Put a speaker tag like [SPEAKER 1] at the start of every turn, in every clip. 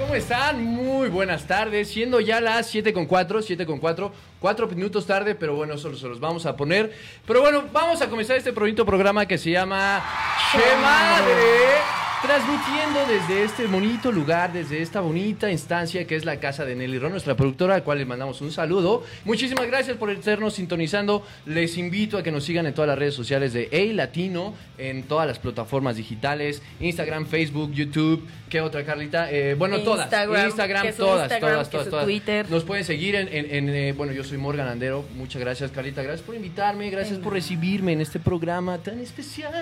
[SPEAKER 1] ¿Cómo están? Muy buenas tardes. Siendo ya las 7 con 4, 7 con 4, 4 minutos tarde, pero bueno, eso se los vamos a poner. Pero bueno, vamos a comenzar este bonito programa que se llama Che Madre. Transmitiendo desde este bonito lugar, desde esta bonita instancia que es la casa de Nelly Ron, nuestra productora, a la cual le mandamos un saludo. Muchísimas gracias por estarnos sintonizando. Les invito a que nos sigan en todas las redes sociales de Hey Latino, en todas las plataformas digitales, Instagram, Facebook, YouTube, ¿qué otra, Carlita? Eh, bueno, todas.
[SPEAKER 2] Instagram,
[SPEAKER 1] Instagram,
[SPEAKER 2] que su
[SPEAKER 1] todas,
[SPEAKER 2] Instagram,
[SPEAKER 1] todas,
[SPEAKER 2] que
[SPEAKER 1] todas,
[SPEAKER 2] su
[SPEAKER 1] todas.
[SPEAKER 2] Twitter.
[SPEAKER 1] Nos pueden seguir en, en- en, eh, bueno, yo soy Morgan Andero. Muchas gracias, Carlita. Gracias por invitarme, gracias por recibirme en este programa tan especial.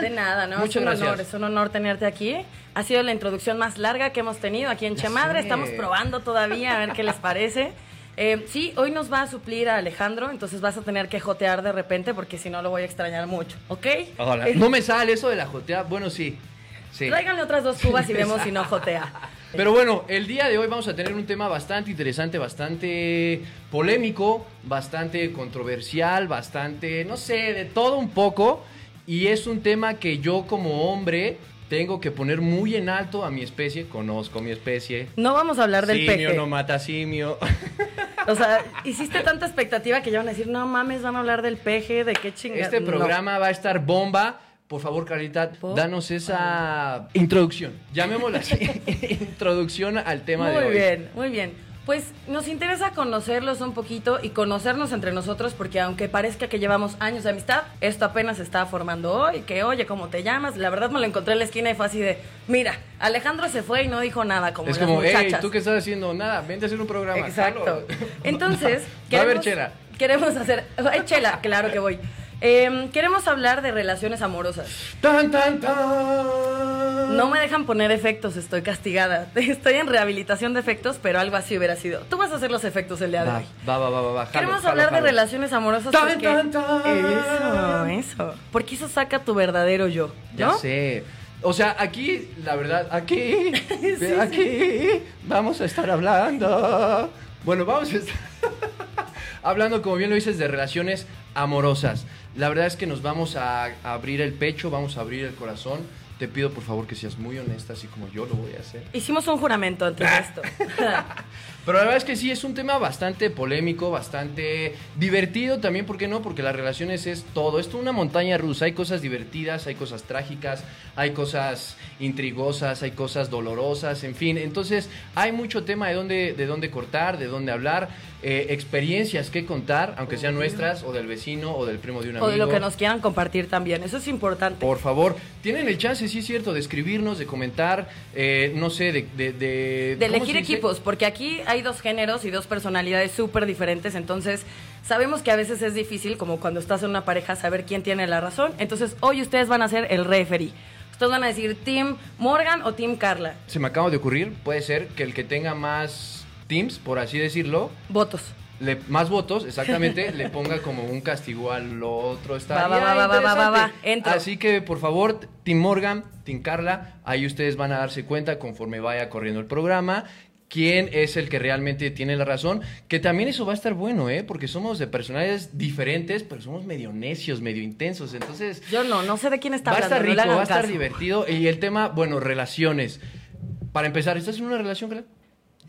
[SPEAKER 2] De nada, ¿no? es
[SPEAKER 1] Muchas
[SPEAKER 2] un
[SPEAKER 1] gracias.
[SPEAKER 2] honor, es un honor tenerte aquí. Ha sido la introducción más larga que hemos tenido aquí en Chemadre.
[SPEAKER 1] sé.
[SPEAKER 2] Estamos probando todavía a ver qué les parece. Eh, sí, hoy nos va a suplir a Alejandro, entonces vas a tener que jotear de repente porque si no lo voy a extrañar mucho, ¿ok?
[SPEAKER 1] Ahora,
[SPEAKER 2] Eh,
[SPEAKER 1] no me sale eso de la jotea. Bueno, sí. Sí.
[SPEAKER 2] Tráiganle otras dos cubas y vemos si no jotea.
[SPEAKER 1] Pero bueno, el día de hoy vamos a tener un tema bastante interesante, bastante polémico, bastante controversial, bastante, no sé, de todo un poco. Y es un tema que yo como hombre tengo que poner muy en alto a mi especie. Conozco mi especie.
[SPEAKER 2] No vamos a hablar del
[SPEAKER 1] simio
[SPEAKER 2] peje.
[SPEAKER 1] no mata simio.
[SPEAKER 2] O sea, hiciste tanta expectativa que ya van a decir, no mames, van a hablar del peje, de qué chingada.
[SPEAKER 1] Este programa va a estar bomba. Por favor, Carlita,
[SPEAKER 2] ¿Por?
[SPEAKER 1] danos esa introducción. Llamémosla así. introducción al tema
[SPEAKER 2] muy
[SPEAKER 1] de hoy.
[SPEAKER 2] bien, muy bien. Pues nos interesa conocerlos un poquito y conocernos entre nosotros porque aunque parezca que llevamos años de amistad, esto apenas se está formando hoy, que oye, ¿cómo te llamas? La verdad me lo encontré en la esquina y fue así de, mira, Alejandro se fue y no dijo nada, como
[SPEAKER 1] es
[SPEAKER 2] las
[SPEAKER 1] como, hey,
[SPEAKER 2] muchachas".
[SPEAKER 1] ¿tú qué estás haciendo? Nada, vente a hacer un programa.
[SPEAKER 2] Exacto.
[SPEAKER 1] Carlos.
[SPEAKER 2] Entonces,
[SPEAKER 1] Va a haber chela.
[SPEAKER 2] queremos hacer... Ay, chela, claro que voy. Em, queremos hablar de relaciones amorosas.
[SPEAKER 1] Tan, tan, tan.
[SPEAKER 2] No me dejan poner efectos, estoy castigada. Estoy en rehabilitación de efectos, pero algo así hubiera sido. Tú vas a hacer los efectos el día de
[SPEAKER 1] Va,
[SPEAKER 2] hoy.
[SPEAKER 1] va, va, va, va, va, jalo,
[SPEAKER 2] Queremos
[SPEAKER 1] jalo,
[SPEAKER 2] hablar
[SPEAKER 1] jalo.
[SPEAKER 2] de relaciones amorosas.
[SPEAKER 1] Tan,
[SPEAKER 2] porque-
[SPEAKER 1] tan, tan.
[SPEAKER 2] Eso, eso. Porque eso saca tu verdadero yo, ¿no?
[SPEAKER 1] Ya sé. O sea, aquí, la verdad, aquí,
[SPEAKER 2] sí.
[SPEAKER 1] aquí vamos a estar hablando. Bueno, vamos a estar hablando, como bien lo dices, de relaciones amorosas. La verdad es que nos vamos a abrir el pecho, vamos a abrir el corazón. Te pido por favor que seas muy honesta, así como yo lo voy a hacer.
[SPEAKER 2] Hicimos un juramento antes
[SPEAKER 1] Ah.
[SPEAKER 2] de esto.
[SPEAKER 1] Pero la verdad es que sí, es un tema bastante polémico, bastante divertido también, ¿por qué no? Porque las relaciones es todo. Esto es una montaña rusa. Hay cosas divertidas, hay cosas trágicas, hay cosas intrigosas, hay cosas dolorosas, en fin. Entonces, hay mucho tema de dónde, de dónde cortar, de dónde hablar, eh, experiencias que contar, aunque sean nuestras, o del vecino, o del primo de un amigo.
[SPEAKER 2] o de lo que nos quieran compartir también. Eso es importante.
[SPEAKER 1] Por favor, tienen el chance, sí es cierto, de escribirnos, de comentar, eh, no sé, de... De, de-
[SPEAKER 2] De
[SPEAKER 1] ¿cómo
[SPEAKER 2] elegir
[SPEAKER 1] se dice?
[SPEAKER 2] equipos, porque aquí hay dos géneros y dos personalidades súper diferentes, entonces sabemos que a veces es difícil, como cuando estás en una pareja, saber quién tiene la razón. Entonces hoy ustedes van a ser el referee. Ustedes van a decir Team Morgan o Team Carla.
[SPEAKER 1] se me acaba de ocurrir, puede ser que el que tenga más teams, por así decirlo,
[SPEAKER 2] Votos.
[SPEAKER 1] le- más votos, exactamente, le ponga como un castigo al otro. Está
[SPEAKER 2] Va, va, va, va, va, va, va,
[SPEAKER 1] interesante.
[SPEAKER 2] entro.
[SPEAKER 1] Así que, por favor, Tim Morgan, Tim Carla, ahí ustedes van a darse cuenta conforme vaya corriendo el programa. ¿Quién es el que realmente tiene la razón? Que también eso va a estar bueno, ¿eh? Porque somos de personajes diferentes, pero somos medio necios, medio intensos. Entonces,
[SPEAKER 2] Yo no, no sé de quién está
[SPEAKER 1] va a
[SPEAKER 2] hablando.
[SPEAKER 1] estar
[SPEAKER 2] no le
[SPEAKER 1] rico,
[SPEAKER 2] hagan
[SPEAKER 1] va a estar
[SPEAKER 2] caso.
[SPEAKER 1] divertido. Y el tema, bueno, relaciones. Para empezar, ¿estás en una relación, Carla?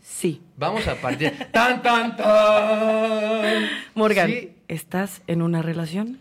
[SPEAKER 2] Sí.
[SPEAKER 1] Vamos a partir. ¡Tan, tan, tan!
[SPEAKER 2] Morgan,
[SPEAKER 1] Sí,
[SPEAKER 2] ¿estás en una relación?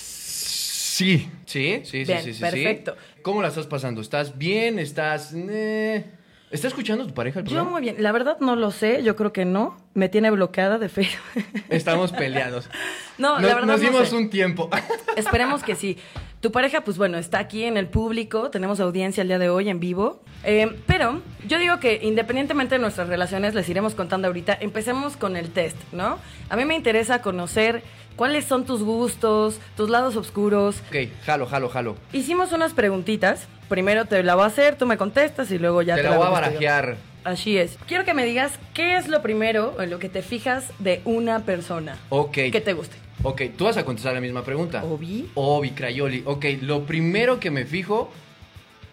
[SPEAKER 1] sí, sí, sí, sí,
[SPEAKER 2] Bien,
[SPEAKER 1] sí, sí, sí.
[SPEAKER 2] perfecto.
[SPEAKER 1] ¿Cómo la estás pasando? ¿Estás bien? ¿Estás...? eh? ¿Está escuchando tu pareja el
[SPEAKER 2] Yo
[SPEAKER 1] programa?
[SPEAKER 2] muy bien. La verdad no lo sé, yo creo que no. Me tiene bloqueada de Facebook.
[SPEAKER 1] Estamos peleados.
[SPEAKER 2] No,
[SPEAKER 1] Nos-
[SPEAKER 2] la verdad
[SPEAKER 1] Nos
[SPEAKER 2] no
[SPEAKER 1] dimos
[SPEAKER 2] sé.
[SPEAKER 1] un tiempo.
[SPEAKER 2] Esperemos que sí. Tu pareja, pues bueno, está aquí en el público, tenemos audiencia el día de hoy en vivo. Eh, pero yo digo que independientemente de nuestras relaciones, les iremos contando ahorita, empecemos con el test, ¿no? A mí me interesa conocer cuáles son tus gustos, tus lados oscuros.
[SPEAKER 1] ok, jalo, jalo, jalo.
[SPEAKER 2] Hicimos unas preguntitas, primero te la voy a hacer, tú me contestas y luego ya te,
[SPEAKER 1] Te la voy a
[SPEAKER 2] contesto yo.
[SPEAKER 1] barajear.
[SPEAKER 2] Así es. Quiero que me digas qué es lo primero en lo que te fijas de una persona
[SPEAKER 1] Ok. Ah.
[SPEAKER 2] que te Oh. guste.
[SPEAKER 1] Ok, tú vas a contestar la misma pregunta.
[SPEAKER 2] Obi.
[SPEAKER 1] Obi, Crayoli. Ok, lo primero que me fijo,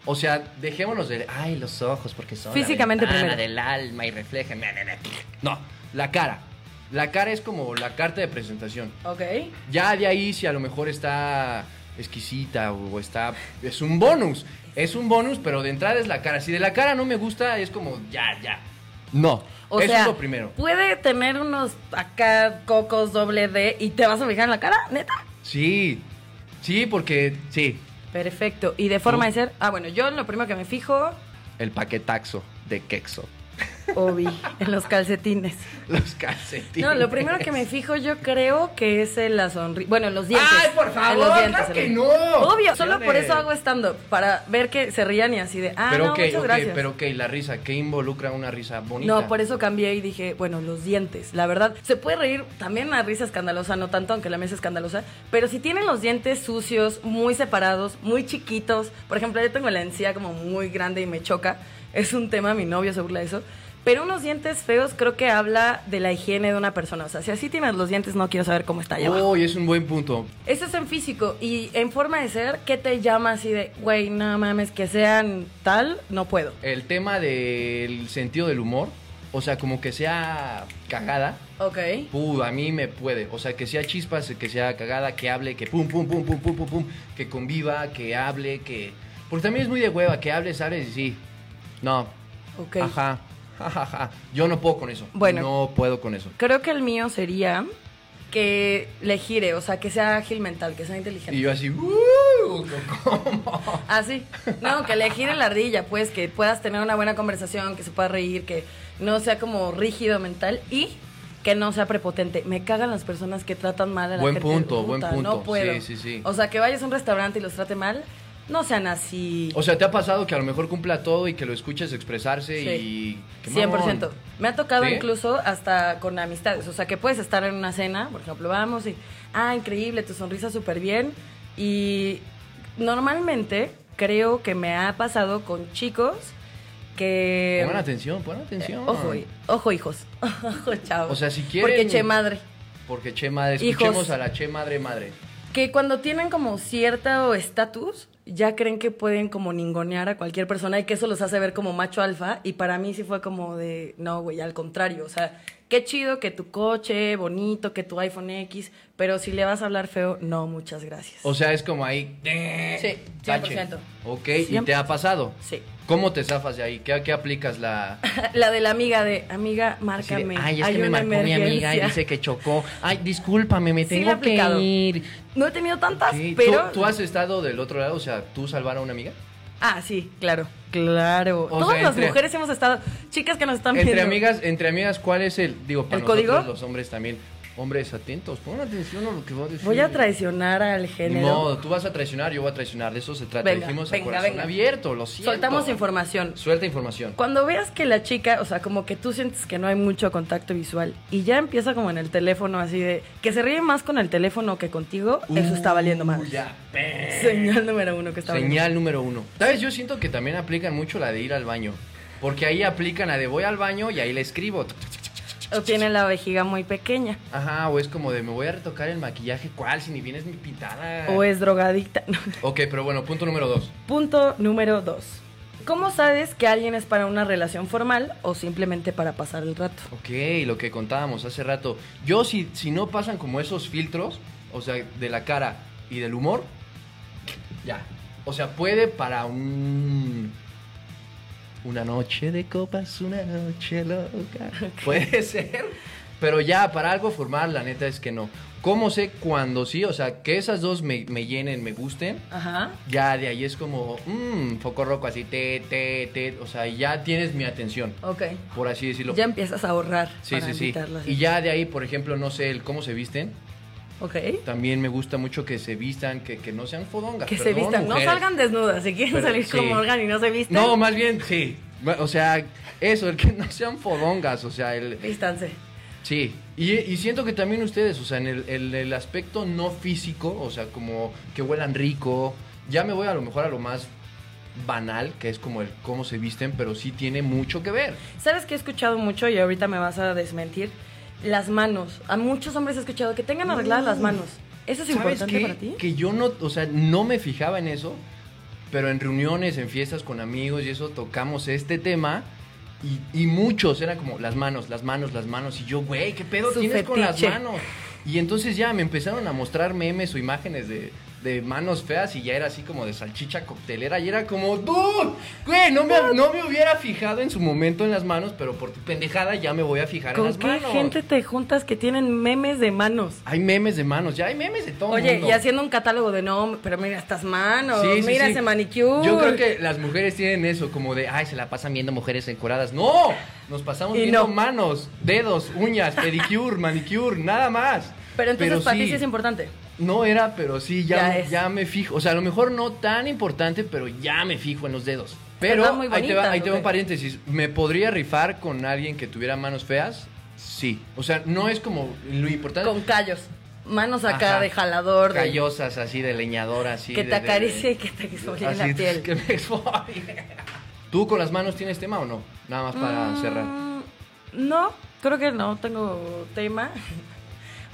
[SPEAKER 1] o sea, dejémonos de, Ah, ay, los ojos, porque son
[SPEAKER 2] Físicamente
[SPEAKER 1] la ventana
[SPEAKER 2] primero.
[SPEAKER 1] del alma y reflejan. na, na, na. No, la cara. La cara es como la carta de presentación.
[SPEAKER 2] Ok.
[SPEAKER 1] Ya de ahí, si a lo mejor está exquisita o está... Es un bonus, es un bonus, pero de entrada es la cara. Si de la cara no me gusta, es como ya, ya. No,
[SPEAKER 2] O
[SPEAKER 1] eso
[SPEAKER 2] sea,
[SPEAKER 1] es lo primero.
[SPEAKER 2] puede tener unos acá cocos doble D y te vas a fijar en la cara, neta.
[SPEAKER 1] Sí, sí, porque sí,
[SPEAKER 2] Perfecto. Y de forma
[SPEAKER 1] No.
[SPEAKER 2] de ser, ah, bueno, yo lo primero que me fijo,
[SPEAKER 1] el paquetaxo de quexo,
[SPEAKER 2] Obi, en los calcetines.
[SPEAKER 1] los calcetines.
[SPEAKER 2] No, lo primero que me fijo yo creo que es en la sonrisa. Bueno, en los dientes.
[SPEAKER 1] ¡Ay, por
[SPEAKER 2] En
[SPEAKER 1] favor!
[SPEAKER 2] los dientes,
[SPEAKER 1] ¡Claro que
[SPEAKER 2] en
[SPEAKER 1] no!
[SPEAKER 2] los- Obvio, solo por
[SPEAKER 1] Opciones.
[SPEAKER 2] eso hago stand-up, para ver que se rían y así de, ah,
[SPEAKER 1] pero
[SPEAKER 2] no,
[SPEAKER 1] ok,
[SPEAKER 2] muchas
[SPEAKER 1] ok,
[SPEAKER 2] gracias.
[SPEAKER 1] pero ok, la risa, ¿qué involucra una risa bonita?
[SPEAKER 2] No, por eso cambié y dije, bueno, los dientes. La verdad, se puede reír también una risa escandalosa, no tanto, aunque la mesa es escandalosa, pero si tienen los dientes sucios, muy separados, muy chiquitos, por ejemplo, yo tengo la encía como muy grande y me choca, es un tema, mi novio se burla de eso, pero unos dientes feos creo que habla de la higiene de una persona, o sea, si así tienes los dientes, no quiero saber cómo está allá abajo.
[SPEAKER 1] Uy, es un buen punto.
[SPEAKER 2] Eso es en físico y en forma de ser, ¿qué te llama así de, güey, no mames, que sean tal? No puedo.
[SPEAKER 1] El tema del sentido del humor, o sea, como que sea cagada,
[SPEAKER 2] Ok.
[SPEAKER 1] Puh, a mí me puede. O sea, que sea chispas, que sea cagada, que hable, que pum, pum, pum, pum, pum, pum, pum, que conviva, que hable, que. Porque también es muy de hueva, que hables, hables y sí. No.
[SPEAKER 2] Ok.
[SPEAKER 1] Ajá. Jajaja. Yo no puedo con eso.
[SPEAKER 2] Bueno.
[SPEAKER 1] No puedo con eso.
[SPEAKER 2] Creo que el mío sería que le gire, o sea, que sea ágil mental, que sea inteligente.
[SPEAKER 1] Y yo así, "Uh, ¿cómo?".
[SPEAKER 2] Así. No, que le gire la ardilla, pues, que puedas tener una buena conversación, que se pueda reír, que no sea como rígido mental y que no sea prepotente. Me cagan las personas que tratan mal a la
[SPEAKER 1] Buen
[SPEAKER 2] gente.
[SPEAKER 1] punto, buen
[SPEAKER 2] Puta,
[SPEAKER 1] punto.
[SPEAKER 2] No puedo.
[SPEAKER 1] Sí, sí, sí.
[SPEAKER 2] O sea, que vayas a un restaurante y los trate mal, no sean así.
[SPEAKER 1] O sea, ¿te ha pasado que a lo mejor cumpla todo y que lo escuches expresarse y. ¡Qué mamón!
[SPEAKER 2] 100%. Me ha tocado
[SPEAKER 1] ¿Sí?
[SPEAKER 2] incluso hasta con amistades. O sea, que puedes estar en una cena, por ejemplo, vamos y, ah, increíble, tu sonrisa súper bien. Y normalmente creo que me ha pasado con chicos que...
[SPEAKER 1] Pongan atención, pongan atención.
[SPEAKER 2] Eh, Ojo, hi- ojo, hijos. Ojo, chavos.
[SPEAKER 1] O sea, si quieren-
[SPEAKER 2] Porque che madre.
[SPEAKER 1] Porque Che Madre,
[SPEAKER 2] Hijos.
[SPEAKER 1] escuchemos a la Che Madre Madre.
[SPEAKER 2] Que cuando tienen como cierto estatus, ya creen que pueden como ningonear a cualquier persona y que eso los hace ver como macho alfa. Y para mí sí fue como de, no, güey, al contrario. O sea, qué chido que tu coche, bonito, que tu iPhone X, pero si le vas a hablar feo, no, muchas gracias.
[SPEAKER 1] O sea, es como ahí. Sí,
[SPEAKER 2] 100%.
[SPEAKER 1] Ok, ¿y
[SPEAKER 2] 100%.
[SPEAKER 1] te ha pasado?
[SPEAKER 2] Sí.
[SPEAKER 1] ¿Cómo te zafas de ahí? ¿Qué, qué aplicas la.?
[SPEAKER 2] la de la amiga de, amiga,
[SPEAKER 1] así de,
[SPEAKER 2] márcame.
[SPEAKER 1] Ay, es
[SPEAKER 2] hay
[SPEAKER 1] que me
[SPEAKER 2] una
[SPEAKER 1] marcó mi amiga y
[SPEAKER 2] emergencia"?
[SPEAKER 1] dice que chocó. Ay, discúlpame, me
[SPEAKER 2] Sí, la he
[SPEAKER 1] tengo que
[SPEAKER 2] aplicado.
[SPEAKER 1] ir.
[SPEAKER 2] No he tenido tantas,
[SPEAKER 1] Sí, ¿tú-
[SPEAKER 2] Ah, pero...
[SPEAKER 1] ¿Tú, has estado del otro lado? O sea, ¿tú salvar a una amiga?
[SPEAKER 2] Ah, sí, claro. Claro.
[SPEAKER 1] O
[SPEAKER 2] Todas
[SPEAKER 1] sea,
[SPEAKER 2] las
[SPEAKER 1] entre-
[SPEAKER 2] mujeres hemos estado, chicas que nos están
[SPEAKER 1] Entre
[SPEAKER 2] viendo.
[SPEAKER 1] amigas, entre amigas, ¿cuál es el. Digo, para
[SPEAKER 2] ¿El
[SPEAKER 1] nosotros
[SPEAKER 2] código?
[SPEAKER 1] los hombres también. Hombres atentos, pon atención a lo que voy a decir.
[SPEAKER 2] Voy a traicionar al
[SPEAKER 1] Ni
[SPEAKER 2] género.
[SPEAKER 1] modo, tú vas a traicionar, yo voy a traicionar. De eso se trata.
[SPEAKER 2] Venga,
[SPEAKER 1] Dijimos a
[SPEAKER 2] venga,
[SPEAKER 1] corazón
[SPEAKER 2] venga.
[SPEAKER 1] abierto, lo siento.
[SPEAKER 2] Soltamos información.
[SPEAKER 1] Suelta información.
[SPEAKER 2] Cuando veas que la chica, o sea, como que tú sientes que no hay mucho contacto visual y ya empieza como en el teléfono, así de que se ríe más con el teléfono que contigo, eso está valiendo
[SPEAKER 1] más
[SPEAKER 2] más. Señal número uno que está valiendo.
[SPEAKER 1] Señal número uno. ¿Sabes? Yo siento que también aplican mucho la de ir al baño. Porque ahí aplican la de voy al baño y ahí le escribo.
[SPEAKER 2] O tiene la vejiga muy pequeña.
[SPEAKER 1] Ajá, o es como de me voy a retocar el maquillaje. ¿Cuál? Si ni vienes mi pintada.
[SPEAKER 2] O es drogadicta. No.
[SPEAKER 1] Ok, pero bueno, punto número dos.
[SPEAKER 2] Punto número dos. ¿Cómo sabes que alguien es para una relación formal o simplemente para pasar el rato?
[SPEAKER 1] Ok, lo que contábamos hace rato. Yo, si, si no pasan como esos filtros, o sea, de la cara y del humor, ya. O sea, puede para un. Una noche de copas, una noche loca. Puede ser. Pero ya, para algo formal, la neta es que no. ¿Cómo sé cuándo sí? O sea, que esas dos me, me llenen, me gusten.
[SPEAKER 2] Ajá.
[SPEAKER 1] Ya de ahí es como, mmm, foco roco, así, te, te, te. O sea, ya tienes mi atención,
[SPEAKER 2] Ok.
[SPEAKER 1] por así decirlo.
[SPEAKER 2] Ya empiezas a ahorrar
[SPEAKER 1] Sí,
[SPEAKER 2] para
[SPEAKER 1] sí, sí.
[SPEAKER 2] invitarlas.
[SPEAKER 1] Y ya de ahí, por ejemplo, no sé, el cómo se visten.
[SPEAKER 2] Ok.
[SPEAKER 1] También me gusta mucho que se vistan, que, que no sean fodongas.
[SPEAKER 2] Que se
[SPEAKER 1] perdón,
[SPEAKER 2] vistan.
[SPEAKER 1] mujeres.
[SPEAKER 2] No salgan desnudas. Si quieren
[SPEAKER 1] Pero,
[SPEAKER 2] salir
[SPEAKER 1] sí.
[SPEAKER 2] con Morgan y no se visten,
[SPEAKER 1] No, más bien, sí. Ma- O sea, eso, el que no sean fodongas, o sea, el...
[SPEAKER 2] vístanse.
[SPEAKER 1] Sí. Y, y siento que también ustedes, o sea, en el, el- el aspecto no físico, o sea, como que huelan rico, ya me voy a lo mejor a lo más banal, que es como el cómo se visten, pero sí tiene mucho que ver.
[SPEAKER 2] ¿Sabes que he escuchado mucho y ahorita me vas a desmentir? Las manos. A muchos hombres he escuchado que tengan arregladas las manos. ¿Eso es
[SPEAKER 1] Mm. ¿Sabes
[SPEAKER 2] importante
[SPEAKER 1] qué?
[SPEAKER 2] para ti?
[SPEAKER 1] Que yo no, o sea, no me fijaba en eso, pero en reuniones, en fiestas con amigos y eso tocamos este tema y, y muchos eran como las manos, las manos, las manos y yo, güey, ¿qué pedo
[SPEAKER 2] Su
[SPEAKER 1] tienes con las
[SPEAKER 2] fetiche.
[SPEAKER 1] manos? Y entonces ya me empezaron a mostrar memes o imágenes de, de manos feas y ya era así como de salchicha coctelera y era como, ¡Dude! Güey, no me, no me hubiera fijado en su momento en las manos, pero por tu pendejada ya me voy a fijar en
[SPEAKER 2] ¿Con
[SPEAKER 1] las
[SPEAKER 2] qué
[SPEAKER 1] manos.
[SPEAKER 2] gente te juntas que tienen memes de manos?
[SPEAKER 1] Hay memes de manos, ya hay memes de todo
[SPEAKER 2] Oye,
[SPEAKER 1] mundo.
[SPEAKER 2] y haciendo un catálogo de no, pero mira estas manos,
[SPEAKER 1] Sí, sí,
[SPEAKER 2] mira
[SPEAKER 1] sí.
[SPEAKER 2] ese manicure.
[SPEAKER 1] Yo creo que las mujeres tienen eso, como de, ay, se la pasan viendo mujeres encoradas. No, nos pasamos
[SPEAKER 2] Y
[SPEAKER 1] viendo
[SPEAKER 2] no.
[SPEAKER 1] manos, dedos, uñas, pedicure, manicure, nada más.
[SPEAKER 2] Pero entonces para ti
[SPEAKER 1] sí.
[SPEAKER 2] sí es importante.
[SPEAKER 1] No era, pero sí,
[SPEAKER 2] Ya
[SPEAKER 1] ya, ya,
[SPEAKER 2] es.
[SPEAKER 1] me fijo. O sea, a lo mejor no tan importante, pero ya me fijo en los dedos. Pero
[SPEAKER 2] Están muy
[SPEAKER 1] ahí te va,
[SPEAKER 2] bonitas,
[SPEAKER 1] ahí te va
[SPEAKER 2] ¿o
[SPEAKER 1] un
[SPEAKER 2] qué?
[SPEAKER 1] paréntesis. ¿Me podría rifar con alguien que tuviera manos feas? Sí. O sea, no es como lo importante.
[SPEAKER 2] Con callos. Manos acá
[SPEAKER 1] Ajá.
[SPEAKER 2] de jalador. de-
[SPEAKER 1] Callosas, así, de leñadora, así.
[SPEAKER 2] Que
[SPEAKER 1] de-
[SPEAKER 2] te
[SPEAKER 1] de-
[SPEAKER 2] acaricie
[SPEAKER 1] de-
[SPEAKER 2] y que te exfolie en
[SPEAKER 1] así,
[SPEAKER 2] la piel.
[SPEAKER 1] que me exfolie. ¿Tú con las manos tienes tema o no? Nada más para
[SPEAKER 2] Mm,
[SPEAKER 1] cerrar.
[SPEAKER 2] No, creo que no tengo tema.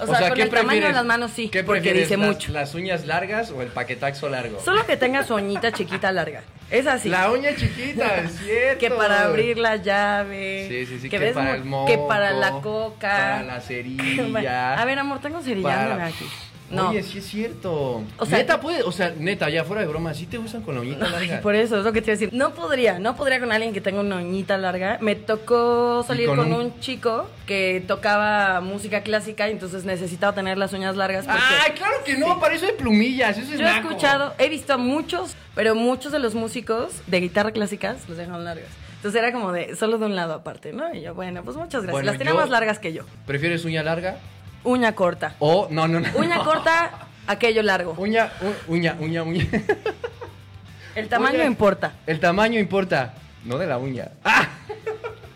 [SPEAKER 2] O sea, con
[SPEAKER 1] ¿qué
[SPEAKER 2] el tamaño de
[SPEAKER 1] prefieres?
[SPEAKER 2] las manos sí,
[SPEAKER 1] ¿Qué
[SPEAKER 2] porque
[SPEAKER 1] prefieres,
[SPEAKER 2] dice
[SPEAKER 1] las-
[SPEAKER 2] mucho.
[SPEAKER 1] ¿Las uñas largas o el paquetaxo largo?
[SPEAKER 2] Solo que tengas su uñita chiquita larga. Es así.
[SPEAKER 1] La uña chiquita, es cierto.
[SPEAKER 2] que para abrir la llave.
[SPEAKER 1] Sí, sí, sí, que,
[SPEAKER 2] que ves
[SPEAKER 1] para el
[SPEAKER 2] mu-
[SPEAKER 1] moco.
[SPEAKER 2] Que para la coca.
[SPEAKER 1] Para la
[SPEAKER 2] Que
[SPEAKER 1] cerilla.
[SPEAKER 2] para- A ver, amor, tengo cerillando
[SPEAKER 1] para-
[SPEAKER 2] aquí. No.
[SPEAKER 1] Oye, sí es cierto.
[SPEAKER 2] O sea-
[SPEAKER 1] neta puede, o sea, neta, ya fuera de broma, sí te usan con la uñita
[SPEAKER 2] Ay,
[SPEAKER 1] larga.
[SPEAKER 2] por eso es lo que te iba a decir. No podría, no podría con alguien que tenga una uñita larga. Me tocó salir
[SPEAKER 1] con
[SPEAKER 2] con,
[SPEAKER 1] un-
[SPEAKER 2] un... chico que tocaba música clásica y entonces necesitaba tener las uñas largas. Porque
[SPEAKER 1] Ay, claro que no, para eso hay plumillas, eso es
[SPEAKER 2] yo he
[SPEAKER 1] naco.
[SPEAKER 2] escuchado, he visto a muchos, pero muchos de los músicos de guitarra clásicas los dejan largas. Entonces era como de solo de un lado aparte, ¿no? Y yo, bueno, pues muchas gracias.
[SPEAKER 1] Bueno,
[SPEAKER 2] las tenía
[SPEAKER 1] yo-
[SPEAKER 2] más largas que yo.
[SPEAKER 1] ¿Prefieres uña larga
[SPEAKER 2] Uña corta.
[SPEAKER 1] o no, no, no?
[SPEAKER 2] Uña
[SPEAKER 1] no.
[SPEAKER 2] corta, aquello largo.
[SPEAKER 1] Uña, u- uña, uña, uña.
[SPEAKER 2] El tamaño
[SPEAKER 1] uña-
[SPEAKER 2] importa.
[SPEAKER 1] El tamaño importa, no de la uña. ¡Ah!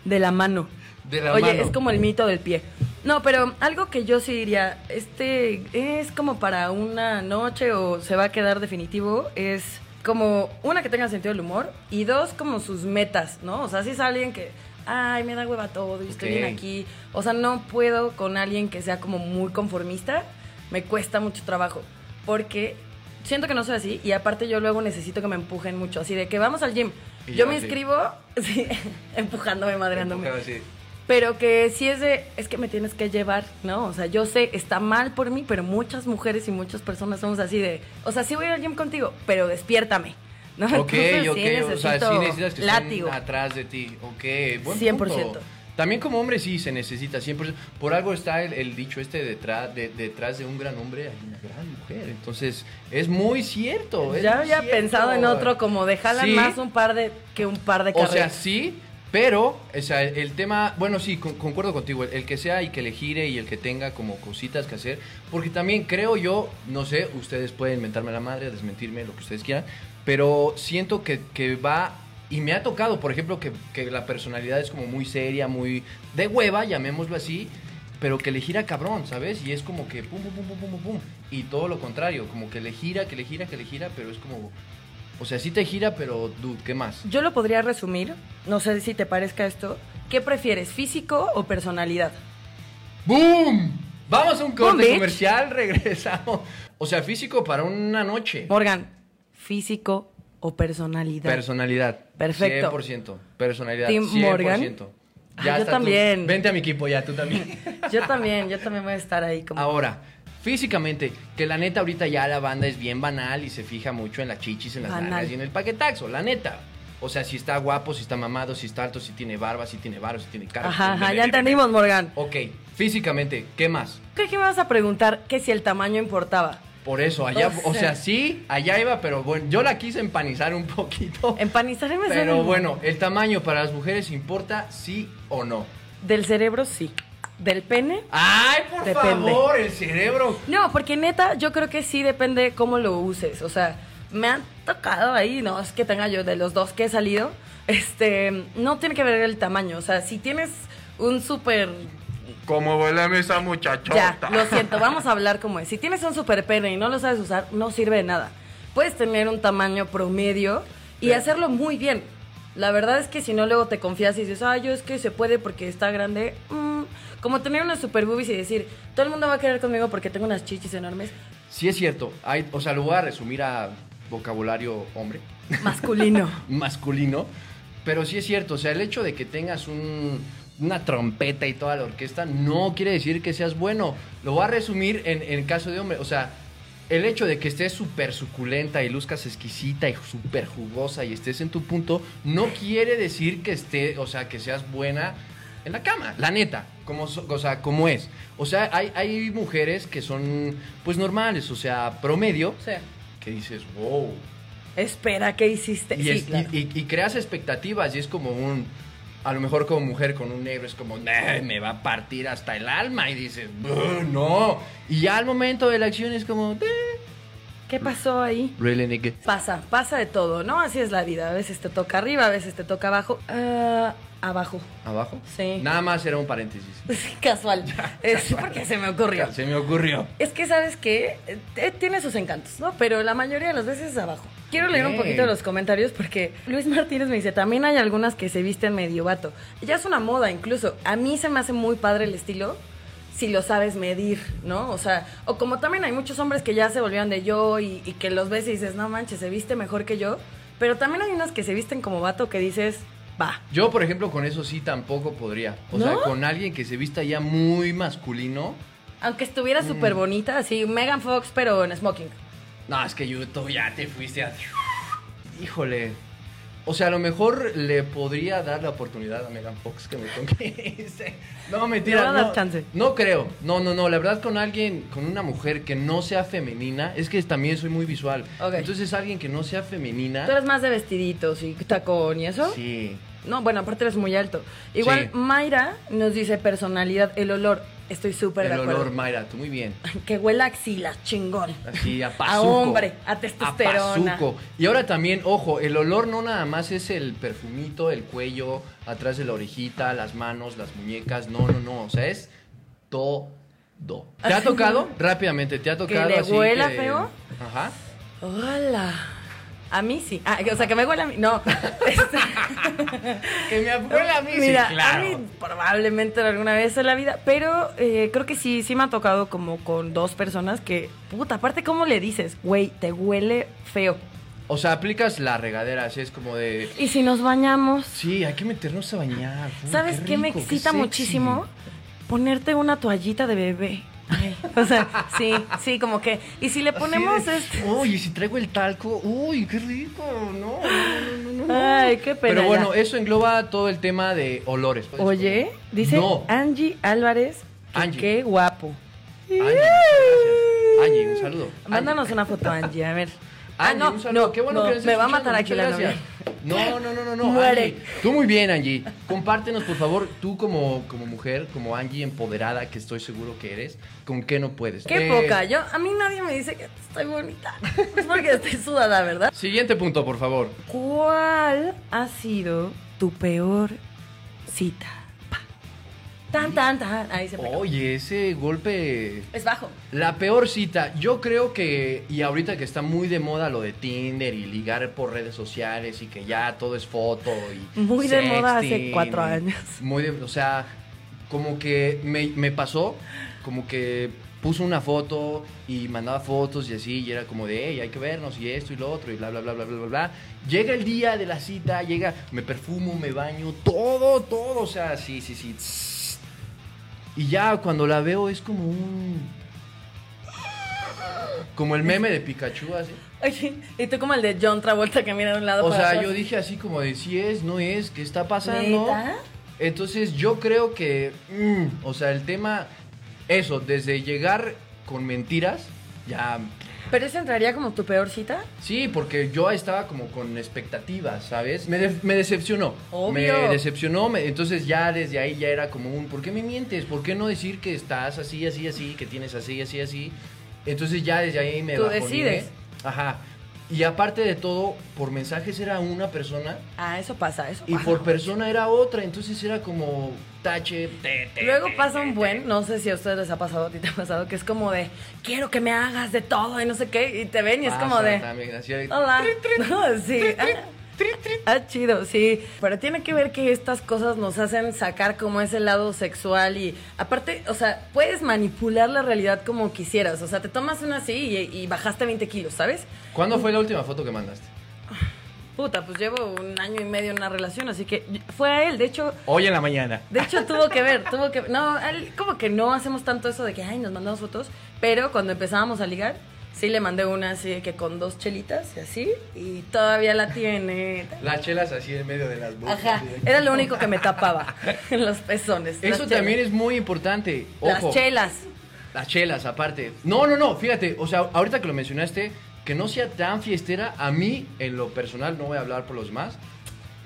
[SPEAKER 2] De la mano.
[SPEAKER 1] De la
[SPEAKER 2] Oye,
[SPEAKER 1] mano.
[SPEAKER 2] es como el mito del pie. No, pero algo que yo sí diría, este es como para una noche o se va a quedar definitivo, es como una que tenga sentido del humor y dos como sus metas, ¿no? O sea, si es alguien que, ay, me da hueva todo y estoy
[SPEAKER 1] Ok.
[SPEAKER 2] bien aquí, o sea, no puedo con alguien que sea como muy conformista, me cuesta mucho trabajo, porque siento que no soy así y aparte yo luego necesito que me empujen mucho, así de que vamos al gym.
[SPEAKER 1] Y ya,
[SPEAKER 2] yo me
[SPEAKER 1] sí.
[SPEAKER 2] inscribo, sí, empujándome, madreándome
[SPEAKER 1] Enfocado así.
[SPEAKER 2] pero que si es de, es que me tienes que llevar, ¿no? O sea, yo sé, está mal por mí, pero muchas mujeres y muchas personas somos así de, o sea, sí voy a ir al gym contigo, pero despiértame, ¿no?
[SPEAKER 1] Ok,
[SPEAKER 2] Entonces,
[SPEAKER 1] ok,
[SPEAKER 2] sí
[SPEAKER 1] o sea,
[SPEAKER 2] necesito
[SPEAKER 1] sí necesitas que
[SPEAKER 2] látigo.
[SPEAKER 1] estén atrás de ti, ok, buen
[SPEAKER 2] 100%.
[SPEAKER 1] punto. También como hombre sí se necesita 100%, por algo está el, el dicho este detrás de, detrás de un gran hombre hay una gran mujer, entonces es muy cierto. es
[SPEAKER 2] Ya
[SPEAKER 1] muy
[SPEAKER 2] había
[SPEAKER 1] cierto.
[SPEAKER 2] pensado en otro como de jalan
[SPEAKER 1] Sí.
[SPEAKER 2] más un par de que un par de
[SPEAKER 1] O sea,
[SPEAKER 2] carreras.
[SPEAKER 1] sí, pero, o sea, el tema, bueno, sí, con- concuerdo contigo, el, el que sea y que le gire y el que tenga como cositas que hacer, porque también creo yo, no sé, ustedes pueden mentarme la madre, desmentirme, lo que ustedes quieran, pero siento que, que va, y me ha tocado, por ejemplo, que, que la personalidad es como muy seria, muy de hueva, llamémoslo así. Pero que le gira cabrón, ¿sabes? Y es como que pum, pum, pum, pum, pum, pum, pum. Y todo lo contrario, como que le gira, que le gira, que le gira, pero es como. O sea, sí te gira, pero dude, ¿qué más?
[SPEAKER 2] yo lo podría resumir, no sé si te parezca esto, ¿qué prefieres, físico o personalidad?
[SPEAKER 1] ¡Boom! Vamos a un
[SPEAKER 2] Boom,
[SPEAKER 1] corte
[SPEAKER 2] bitch.
[SPEAKER 1] comercial, regresamos. O sea, físico para una noche.
[SPEAKER 2] Morgan, físico o personalidad.
[SPEAKER 1] Personalidad.
[SPEAKER 2] Perfecto.
[SPEAKER 1] 100%. Personalidad.
[SPEAKER 2] Team
[SPEAKER 1] 100%.
[SPEAKER 2] Morgan.
[SPEAKER 1] Ya
[SPEAKER 2] Ah, yo
[SPEAKER 1] hasta tú.
[SPEAKER 2] también.
[SPEAKER 1] Vente a mi equipo ya, tú también.
[SPEAKER 2] yo también, yo también voy a estar ahí como
[SPEAKER 1] Ahora, físicamente, que la neta ahorita ya la banda es bien banal y se fija mucho en las chichis, en las
[SPEAKER 2] Banal.
[SPEAKER 1] nalgas y en el paquetaxo, la neta. O sea, si está guapo, si está mamado, si está alto, si tiene barba, si tiene barba, si tiene cara.
[SPEAKER 2] Ajá, ajá, ya entendimos, Morgan.
[SPEAKER 1] Ok, físicamente, ¿qué más?
[SPEAKER 2] Creo que me vas a preguntar que si el tamaño importaba.
[SPEAKER 1] Por eso, allá,
[SPEAKER 2] O
[SPEAKER 1] o sea,
[SPEAKER 2] sea.
[SPEAKER 1] sí, allá iba, pero bueno, yo la quise empanizar un poquito.
[SPEAKER 2] Empanizarme me suena
[SPEAKER 1] Pero
[SPEAKER 2] un-
[SPEAKER 1] bueno, el tamaño para las mujeres importa sí o no.
[SPEAKER 2] Del cerebro, sí. Del pene.
[SPEAKER 1] Ay, por
[SPEAKER 2] Depende.
[SPEAKER 1] favor, el cerebro.
[SPEAKER 2] No, porque neta, yo creo que sí depende cómo lo uses. O sea, me han tocado ahí, no es que tenga yo de los dos que he salido. Este, no tiene que ver el tamaño. O sea, si tienes un súper.
[SPEAKER 3] Como vuelve esa muchachota.
[SPEAKER 2] Ya, lo siento, vamos a hablar como es. Si tienes un súper pene y no lo sabes usar, no sirve de nada. Puedes tener un tamaño promedio y hacerlo muy bien. La verdad es que si no, luego te confías y dices, ah, yo es que se puede porque está grande. Mm, Como tener unas super boobies y decir, todo el mundo va a querer conmigo porque tengo unas chichis enormes.
[SPEAKER 1] Sí es cierto, hay, o sea, lo voy a resumir a vocabulario hombre,
[SPEAKER 2] Masculino.
[SPEAKER 1] masculino, pero sí es cierto, o sea, el hecho de que tengas un- una trompeta y toda la orquesta no quiere decir que seas bueno. Lo voy a resumir en, en caso de hombre, o sea, el hecho de que estés súper suculenta y luzcas exquisita y súper jugosa y estés en tu punto, no quiere decir que esté, o sea, que seas buena en la cama, la neta, como, so- o sea, como es. O sea, hay, hay mujeres que son, pues, normales, o sea, promedio,
[SPEAKER 2] O sea,
[SPEAKER 1] que dices, wow.
[SPEAKER 2] espera, ¿qué hiciste?
[SPEAKER 1] Y,
[SPEAKER 2] sí,
[SPEAKER 1] es- y-
[SPEAKER 2] claro.
[SPEAKER 1] y- y creas expectativas y es como un... A lo mejor como mujer con un negro es como, "Nah, me va a partir hasta el alma. Y dices, "Buh, no. Y ya al momento de la acción es como, "Eh,
[SPEAKER 2] ¿Qué pasó ahí?
[SPEAKER 1] really nigga".
[SPEAKER 2] Pasa, pasa de todo, ¿no? Así es la vida. A veces te toca arriba, a veces te toca abajo. Ah, abajo.
[SPEAKER 1] ¿Abajo?
[SPEAKER 2] Sí.
[SPEAKER 1] Nada más era un paréntesis.
[SPEAKER 2] Casual. Es porque se me ocurrió.
[SPEAKER 1] Se me ocurrió.
[SPEAKER 2] Es que, ¿sabes qué? Eh, Tiene sus encantos, ¿no? Pero la mayoría de las veces es abajo. Quiero leer un
[SPEAKER 1] Ok.
[SPEAKER 2] poquito los comentarios porque Luis Martínez me dice, también hay algunas que se visten medio vato. Ya es una moda incluso. A mí se me hace muy padre el estilo si lo sabes medir, ¿no? O sea, o como también hay muchos hombres que ya se volvieron de yo y, y que los ves y dices, no manches, se viste mejor que yo. Pero también hay unas que se visten como vato que dices, va.
[SPEAKER 1] Yo, por ejemplo, con eso sí tampoco podría. O sea,
[SPEAKER 2] ¿No?
[SPEAKER 1] con alguien que se vista ya muy masculino.
[SPEAKER 2] Aunque estuviera súper bonita, así Megan Fox, pero en smoking.
[SPEAKER 1] No, es que yo tú ya te fuiste a... Híjole. O sea, a lo mejor le podría dar la oportunidad a Megan Fox que me conquiste. No, mentira.
[SPEAKER 2] Le va a dar
[SPEAKER 1] no,
[SPEAKER 2] chance.
[SPEAKER 1] No creo. No, no, no. La verdad, con alguien, con una mujer que no sea femenina, es que también soy muy visual.
[SPEAKER 2] Ok.
[SPEAKER 1] Entonces, alguien que no sea femenina.
[SPEAKER 2] Tú eres más de vestiditos y tacón y eso.
[SPEAKER 1] Ah. Sí.
[SPEAKER 2] No, bueno, aparte eres muy alto. Igual
[SPEAKER 1] Sí.
[SPEAKER 2] Mayra nos dice personalidad, el olor. Estoy súper
[SPEAKER 1] El
[SPEAKER 2] de acuerdo.
[SPEAKER 1] olor, Mayra, tú muy bien.
[SPEAKER 2] Que huela a axilas, chingón.
[SPEAKER 1] Así, a
[SPEAKER 2] A
[SPEAKER 1] pazuco.
[SPEAKER 2] hombre, a testosterona.
[SPEAKER 1] A pazuco. Y ahora también, ojo, el olor no nada más es el perfumito, el cuello, atrás de la orejita, las manos, las muñecas. No, no, no. O sea, es todo. ¿Te ha tocado? Rápidamente, ¿te ha tocado
[SPEAKER 2] le
[SPEAKER 1] así
[SPEAKER 2] huela
[SPEAKER 1] que-
[SPEAKER 2] feo?
[SPEAKER 1] Ajá.
[SPEAKER 2] Hola. A mí sí. Ah, o sea, que me huela a mí. No. Este-
[SPEAKER 1] Que me huela a mí, sí,
[SPEAKER 2] Mira,
[SPEAKER 1] claro.
[SPEAKER 2] a mí probablemente alguna vez en la vida, pero eh, creo que sí, sí me ha tocado como con dos personas que, puta, aparte, ¿cómo le dices? Güey, te huele feo.
[SPEAKER 1] O sea, aplicas la regadera, así es como de...
[SPEAKER 2] ¿Y si nos bañamos?
[SPEAKER 1] Sí, hay que meternos a bañar. Uy,
[SPEAKER 2] ¿Sabes qué, me
[SPEAKER 1] rico,
[SPEAKER 2] excita
[SPEAKER 1] sexy.
[SPEAKER 2] muchísimo? Ponerte una toallita de bebé. Ay, o sea, sí, sí, como que. Y si le
[SPEAKER 1] Así
[SPEAKER 2] ponemos
[SPEAKER 1] de,
[SPEAKER 2] este.
[SPEAKER 1] Uy, y si traigo el talco, uy, qué rico. No, no, no, no, no.
[SPEAKER 2] Ay, qué pena.
[SPEAKER 1] Pero bueno, eh,
[SPEAKER 2] ya.
[SPEAKER 1] eso engloba todo el tema de olores. Pues,
[SPEAKER 2] Oye, dice
[SPEAKER 1] No.
[SPEAKER 2] Angie Álvarez. que
[SPEAKER 1] Angie.
[SPEAKER 2] Qué guapo.
[SPEAKER 1] Angie, muchas gracias. Angie, un saludo.
[SPEAKER 2] Mándanos
[SPEAKER 1] Angie.
[SPEAKER 2] una foto, Angie, a ver. ah,
[SPEAKER 1] Angie,
[SPEAKER 2] no,
[SPEAKER 1] un saludo.
[SPEAKER 2] no,
[SPEAKER 1] Qué bueno
[SPEAKER 2] no,
[SPEAKER 1] que nos estés
[SPEAKER 2] me va a
[SPEAKER 1] escuchando,
[SPEAKER 2] matar aquí la
[SPEAKER 1] muchas
[SPEAKER 2] novia.
[SPEAKER 1] gracias. No, no, no, no, no.
[SPEAKER 2] Muere.
[SPEAKER 1] Angie, tú muy bien, Angie. Compártenos, por favor, tú como, como mujer, como Angie empoderada, que estoy seguro que eres, ¿con qué no puedes?
[SPEAKER 2] Qué
[SPEAKER 1] Eh,
[SPEAKER 2] poca. Yo, a mí nadie me dice que estoy bonita. Es porque estoy sudada, ¿verdad?
[SPEAKER 1] Siguiente punto, por favor.
[SPEAKER 2] ¿Cuál ha sido tu peor cita? Pa. Tan, tan, tan. Ahí se pegó.
[SPEAKER 1] Oye, ese golpe
[SPEAKER 2] Es bajo.
[SPEAKER 1] La peor cita, yo creo que, y ahorita que está muy de moda lo de Tinder y ligar por redes sociales y que ya todo es foto y...
[SPEAKER 2] Muy de moda hace
[SPEAKER 1] sexting,
[SPEAKER 2] cuatro
[SPEAKER 1] y
[SPEAKER 2] años.
[SPEAKER 1] Muy de, o sea, como que me, me pasó, como que puso una foto y mandaba fotos y así, y era como de, hey, hay que vernos y esto y lo otro y bla, bla, bla, bla, bla, bla, bla. Llega el día de la cita, llega, me perfumo, me baño, todo, todo, o sea, sí, sí, sí. tss. Y ya cuando la veo es como un... Como el meme de Pikachu, así.
[SPEAKER 2] Oye, y tú como el de John Travolta que mira de un lado
[SPEAKER 1] O
[SPEAKER 2] para
[SPEAKER 1] sea,
[SPEAKER 2] otro.
[SPEAKER 1] yo dije así como de si es, no es, ¿qué está pasando?
[SPEAKER 2] ¿Neta?
[SPEAKER 1] Entonces yo creo que, mm, o sea, el tema, eso, desde llegar con mentiras, ya...
[SPEAKER 2] ¿Pero eso entraría como tu peor cita?
[SPEAKER 1] Sí, porque yo estaba como con expectativas, ¿sabes? Me, de- me decepcionó.
[SPEAKER 2] Obvio.
[SPEAKER 1] Me decepcionó, me- entonces ya desde ahí ya era como un, ¿por qué me mientes? ¿Por qué no decir que estás así, así, así, que tienes así, así, así? Entonces ya desde ahí me
[SPEAKER 2] Tú
[SPEAKER 1] bajoneé.
[SPEAKER 2] decides.
[SPEAKER 1] Ajá. Y aparte de todo, por mensajes era una persona
[SPEAKER 2] Ah, eso pasa, eso
[SPEAKER 1] y
[SPEAKER 2] pasa.
[SPEAKER 1] por persona era otra, entonces era como tache, te, te,
[SPEAKER 2] Luego
[SPEAKER 1] te,
[SPEAKER 2] pasa
[SPEAKER 1] te,
[SPEAKER 2] un
[SPEAKER 1] te.
[SPEAKER 2] buen, no sé si a ustedes les ha pasado, a ti te ha pasado, que es como de, quiero que me hagas de todo y no sé qué, y te ven y es como
[SPEAKER 1] Pasa
[SPEAKER 2] de,
[SPEAKER 1] también, así de-
[SPEAKER 2] hola. No, sí. ah, Ah, chido, sí. Pero tiene que ver que estas cosas nos hacen sacar como ese lado sexual y aparte, o sea, puedes manipular la realidad como quisieras. O sea, te tomas una así y, y bajaste 20 kilos, ¿sabes?
[SPEAKER 1] ¿Cuándo fue la última foto que mandaste?
[SPEAKER 2] Puta, pues llevo un año y medio en una relación, así que fue a él. De hecho,
[SPEAKER 1] Hoy en la mañana.
[SPEAKER 2] de hecho tuvo que ver, tuvo que No, al- como que no hacemos tanto eso de que, ay, nos mandamos fotos, pero cuando empezábamos a ligar, Sí, le mandé una así de que con dos chelitas y así. Y todavía la tiene.
[SPEAKER 1] Las chelas así en medio de las bocas.
[SPEAKER 2] Ajá.
[SPEAKER 1] así de-
[SPEAKER 2] Era lo único que me tapaba. los pezones. las
[SPEAKER 1] Eso
[SPEAKER 2] chelas.
[SPEAKER 1] también es muy importante. Ojo.
[SPEAKER 2] Las chelas.
[SPEAKER 1] Las chelas, aparte. No, no, no, fíjate, o sea, ahorita que lo mencionaste, que no sea tan fiestera, a mí, en lo personal, no voy a hablar por los más.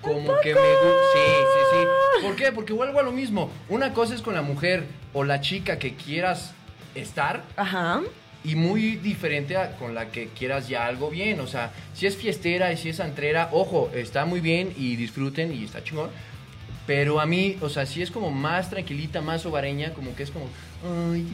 [SPEAKER 1] Como que me gusta. Sí, sí, sí. ¿Por qué? Porque vuelvo a lo mismo. Una cosa es con la mujer o la chica que quieras estar
[SPEAKER 2] Ajá.
[SPEAKER 1] y muy diferente a con la que quieras ya algo bien. O sea, si es fiestera y si es antrera, ojo, está muy bien y disfruten y está chingón. Pero a mí, o sea, si es como más tranquilita, más hogareña, como que es como, ay,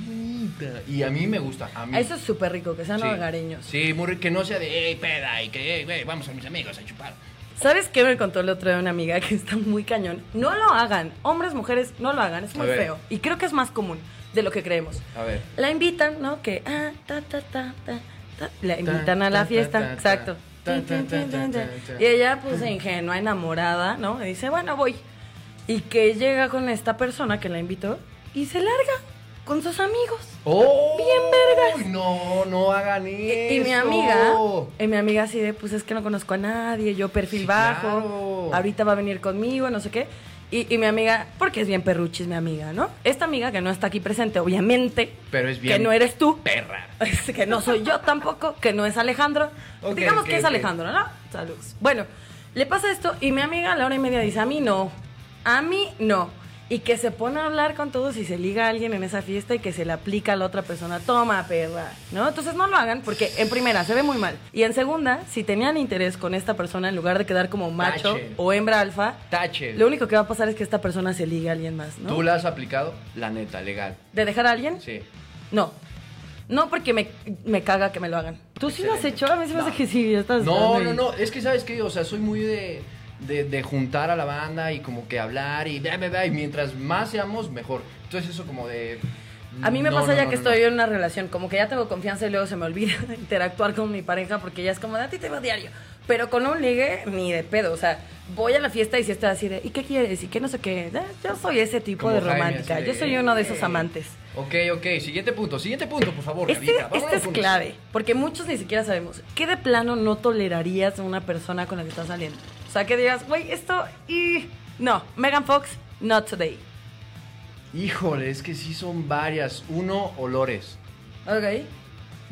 [SPEAKER 1] qué bonita. Y a mí me gusta, a mí.
[SPEAKER 2] Eso es súper rico, que sean
[SPEAKER 1] Mm. Sí.
[SPEAKER 2] hogareños.
[SPEAKER 1] Sí, muy ri- que no sea de, hey, peda, y que, "Ey, güey, vamos a mis amigos a chupar.
[SPEAKER 2] ¿Sabes qué me contó el otro día una amiga que está muy cañón? No lo hagan. Hombres, mujeres, no lo hagan. Es
[SPEAKER 1] A
[SPEAKER 2] muy
[SPEAKER 1] ver.
[SPEAKER 2] feo. Y creo que es más común de lo que creemos.
[SPEAKER 1] A ver.
[SPEAKER 2] La invitan, ¿no? Que. ah, ta, ta, ta, ta, ta. La invitan a
[SPEAKER 1] ta,
[SPEAKER 2] la
[SPEAKER 1] ta, ta,
[SPEAKER 2] fiesta. Exacto.
[SPEAKER 1] ta, ta, ta, ta, ta, ta.
[SPEAKER 2] Y ella, pues ingenua, enamorada, ¿no? Y dice, bueno, voy. Y que llega con esta persona que la invitó y se larga con sus amigos.
[SPEAKER 1] ¡Oh!
[SPEAKER 2] Bien vergas.
[SPEAKER 1] No, no hagan
[SPEAKER 2] Y,
[SPEAKER 1] eso.
[SPEAKER 2] y mi amiga, y mi amiga así de, pues es que no conozco a nadie, yo perfil
[SPEAKER 1] Sí,
[SPEAKER 2] bajo,
[SPEAKER 1] claro.
[SPEAKER 2] ahorita va a venir conmigo, no sé qué. Y, y mi amiga, porque es bien perruchis mi amiga, ¿no? Esta amiga que no está aquí presente, obviamente,
[SPEAKER 1] Pero es bien
[SPEAKER 2] que no eres tú,
[SPEAKER 1] perra.
[SPEAKER 2] es que no soy yo tampoco, que no es Alejandro.
[SPEAKER 1] Ok,
[SPEAKER 2] Digamos
[SPEAKER 1] ok,
[SPEAKER 2] que es
[SPEAKER 1] ok.
[SPEAKER 2] Alejandro, ¿no? Saludos. Bueno, le pasa esto y mi amiga a la hora y media dice, a mí no, a mí no. Y que se pone a hablar con todos y se liga a alguien en esa fiesta y que se le aplica a la otra persona, toma perra, ¿no? Entonces no lo hagan porque en primera se ve muy mal. Y en segunda, si tenían interés con esta persona en lugar de quedar como macho
[SPEAKER 1] Tache.
[SPEAKER 2] o hembra alfa,
[SPEAKER 1] Tache.
[SPEAKER 2] lo único que va a pasar es que esta persona se liga a alguien más, ¿no?
[SPEAKER 1] ¿Tú la has aplicado? La neta, legal.
[SPEAKER 2] ¿De dejar a alguien?
[SPEAKER 1] Sí.
[SPEAKER 2] No. No porque me, me caga que me lo hagan. ¿Tú sí lo has
[SPEAKER 1] Excelente.
[SPEAKER 2] hecho? A mí se me hace
[SPEAKER 1] No.
[SPEAKER 2] que sí, ya estás.
[SPEAKER 1] No,
[SPEAKER 2] estás
[SPEAKER 1] no,
[SPEAKER 2] ahí.
[SPEAKER 1] no. Es que, ¿sabes qué? O sea, soy muy de, de, de juntar a la banda y como que hablar y bla, bla, bla, Y mientras más seamos, mejor. Entonces, eso como de.
[SPEAKER 2] A mí me
[SPEAKER 1] no,
[SPEAKER 2] pasa
[SPEAKER 1] no,
[SPEAKER 2] ya
[SPEAKER 1] no,
[SPEAKER 2] que
[SPEAKER 1] no,
[SPEAKER 2] estoy
[SPEAKER 1] no.
[SPEAKER 2] en una relación, como que ya tengo confianza y luego se me olvida interactuar con mi pareja porque ya es como, de, a ti te veo diario. Pero con un ligue, ni de pedo. O sea, voy a la fiesta y si estoy así de, ¿y qué quieres? ¿Y qué no sé qué? Eh, Yo soy ese tipo
[SPEAKER 1] Como
[SPEAKER 2] de
[SPEAKER 1] Jaime,
[SPEAKER 2] romántica.
[SPEAKER 1] así de,
[SPEAKER 2] Yo soy uno de esos
[SPEAKER 1] "Ey".
[SPEAKER 2] amantes.
[SPEAKER 1] Ok, ok. Siguiente punto. Siguiente punto, por favor,
[SPEAKER 2] Este,
[SPEAKER 1] Gabita, vámonos
[SPEAKER 2] este es
[SPEAKER 1] con-
[SPEAKER 2] clave, porque muchos ni siquiera sabemos. ¿Qué de plano no tolerarías a una persona con la que estás saliendo? O sea, que digas, güey, esto y. No, Megan Fox, not today.
[SPEAKER 1] Híjole, es que sí son varias. Uno, olores.
[SPEAKER 2] Ok.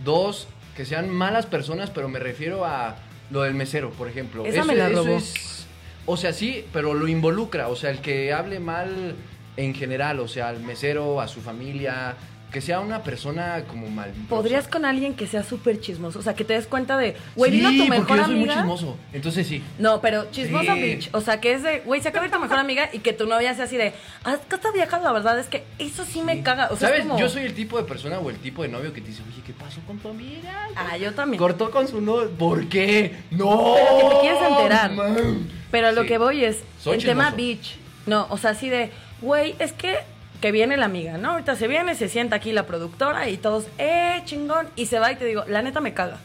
[SPEAKER 1] Dos, que sean malas personas, pero me refiero a lo del mesero, por ejemplo.
[SPEAKER 2] Esa me la robó.
[SPEAKER 1] es- o sea, sí, pero lo involucra. O sea, el que hable mal en general, o sea, al mesero, a su familia, que sea una persona como mal.
[SPEAKER 2] ¿Podrías con alguien que sea súper chismoso? O sea, que te des cuenta de, güey, vino
[SPEAKER 1] sí,
[SPEAKER 2] tu mejor
[SPEAKER 1] porque yo soy muy
[SPEAKER 2] amiga.
[SPEAKER 1] chismoso. Entonces sí.
[SPEAKER 2] No, pero chismoso
[SPEAKER 1] Sí.
[SPEAKER 2] bitch. O sea, que es de, güey, se acaba de ir tu mejor amiga y que tu novia sea así de, ah, es que esta vieja, la verdad es que eso sí me caga. O sea, es
[SPEAKER 1] ¿Sabes?
[SPEAKER 2] como-
[SPEAKER 1] Yo soy el tipo de persona o el tipo de novio que te dice, oye, ¿qué pasó con tu amiga?
[SPEAKER 2] Ah, yo también.
[SPEAKER 1] Cortó con su novio. ¿Por qué? ¡No!
[SPEAKER 2] Pero que te quieres enterar.
[SPEAKER 1] man.
[SPEAKER 2] Pero a lo
[SPEAKER 1] Sí.
[SPEAKER 2] que voy es,
[SPEAKER 1] Soy
[SPEAKER 2] el tema
[SPEAKER 1] chismoso.
[SPEAKER 2] bitch. No, o sea, así de, güey, es que, que viene la amiga, ¿no? Ahorita se viene, se sienta aquí la productora y todos, eh, chingón. Y se va y te digo, la neta me caga.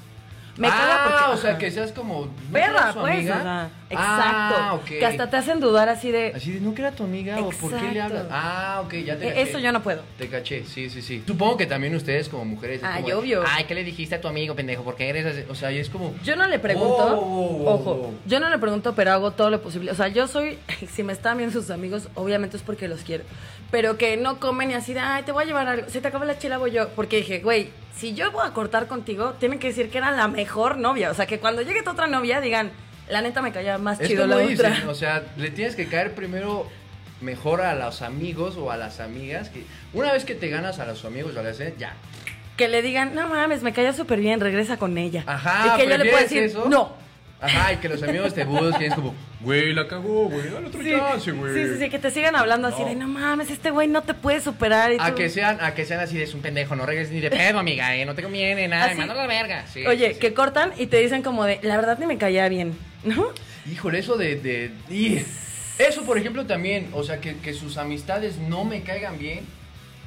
[SPEAKER 2] Me
[SPEAKER 1] ah,
[SPEAKER 2] caga porque.
[SPEAKER 1] o sea,
[SPEAKER 2] ajá.
[SPEAKER 1] que seas como... ¿no
[SPEAKER 2] Perra,
[SPEAKER 1] será su
[SPEAKER 2] pues.
[SPEAKER 1] amiga?
[SPEAKER 2] o sea, exacto.
[SPEAKER 1] Ah, ok.
[SPEAKER 2] Que hasta te hacen dudar así de.
[SPEAKER 1] Así de, ¿no que era tu amiga o por qué le
[SPEAKER 2] Exacto.
[SPEAKER 1] hablas? Ah, ok, ya te
[SPEAKER 2] "Eh,
[SPEAKER 1] caché.
[SPEAKER 2] eso yo no puedo.
[SPEAKER 1] Te caché, sí, sí, sí. Supongo que también ustedes como mujeres... es
[SPEAKER 2] Ay,
[SPEAKER 1] como de,
[SPEAKER 2] obvio.
[SPEAKER 1] Ay, ¿qué le dijiste a tu amigo, pendejo? ¿Por qué eres así? O sea, y es como...
[SPEAKER 2] Yo no le pregunto,
[SPEAKER 1] Wow, wow, wow,
[SPEAKER 2] ojo,
[SPEAKER 1] wow.
[SPEAKER 2] yo no le pregunto, pero hago todo lo posible. O sea, yo soy, si me están viendo sus amigos, obviamente es porque los quiero. Pero que no comen y así de, ay, te voy a llevar algo. Se te acaba la chela, voy yo. Porque dije, güey, si yo voy a cortar contigo, tienen que decir que era la mejor novia. O sea, que cuando llegue tu otra novia, digan, la neta me caía más
[SPEAKER 1] Es
[SPEAKER 2] chido
[SPEAKER 1] como
[SPEAKER 2] la
[SPEAKER 1] dicen,
[SPEAKER 2] otra.
[SPEAKER 1] o sea, le tienes que caer primero mejor a los amigos o a las amigas. que Una vez que te ganas a los amigos o a las ya.
[SPEAKER 2] Que le digan, no mames, me caía súper bien, regresa con ella.
[SPEAKER 1] Ajá,
[SPEAKER 2] y que yo le pueda
[SPEAKER 1] ¿prefieres
[SPEAKER 2] decir,
[SPEAKER 1] eso?
[SPEAKER 2] no.
[SPEAKER 1] Ajá, y que los amigos te busquen, es como, güey, la cagó, güey, dale otro
[SPEAKER 2] Sí,
[SPEAKER 1] chance, güey.
[SPEAKER 2] sí, sí, sí, que te sigan hablando así
[SPEAKER 1] No.
[SPEAKER 2] de, no mames, este güey no te puede superar. y
[SPEAKER 1] A
[SPEAKER 2] tú-
[SPEAKER 1] que sean, a que sean así de es un pendejo, no regreses ni de pedo, amiga, eh, no te conviene, nada,
[SPEAKER 2] Así.
[SPEAKER 1] mándalo a la verga. Sí,
[SPEAKER 2] Ah, Oye,
[SPEAKER 1] sí, sí.
[SPEAKER 2] que cortan y te dicen como de, la verdad ni me caía bien, ¿no?
[SPEAKER 1] Híjole, eso de. de- y- eso, por ejemplo, también. O sea, que, que sus amistades no me caigan bien.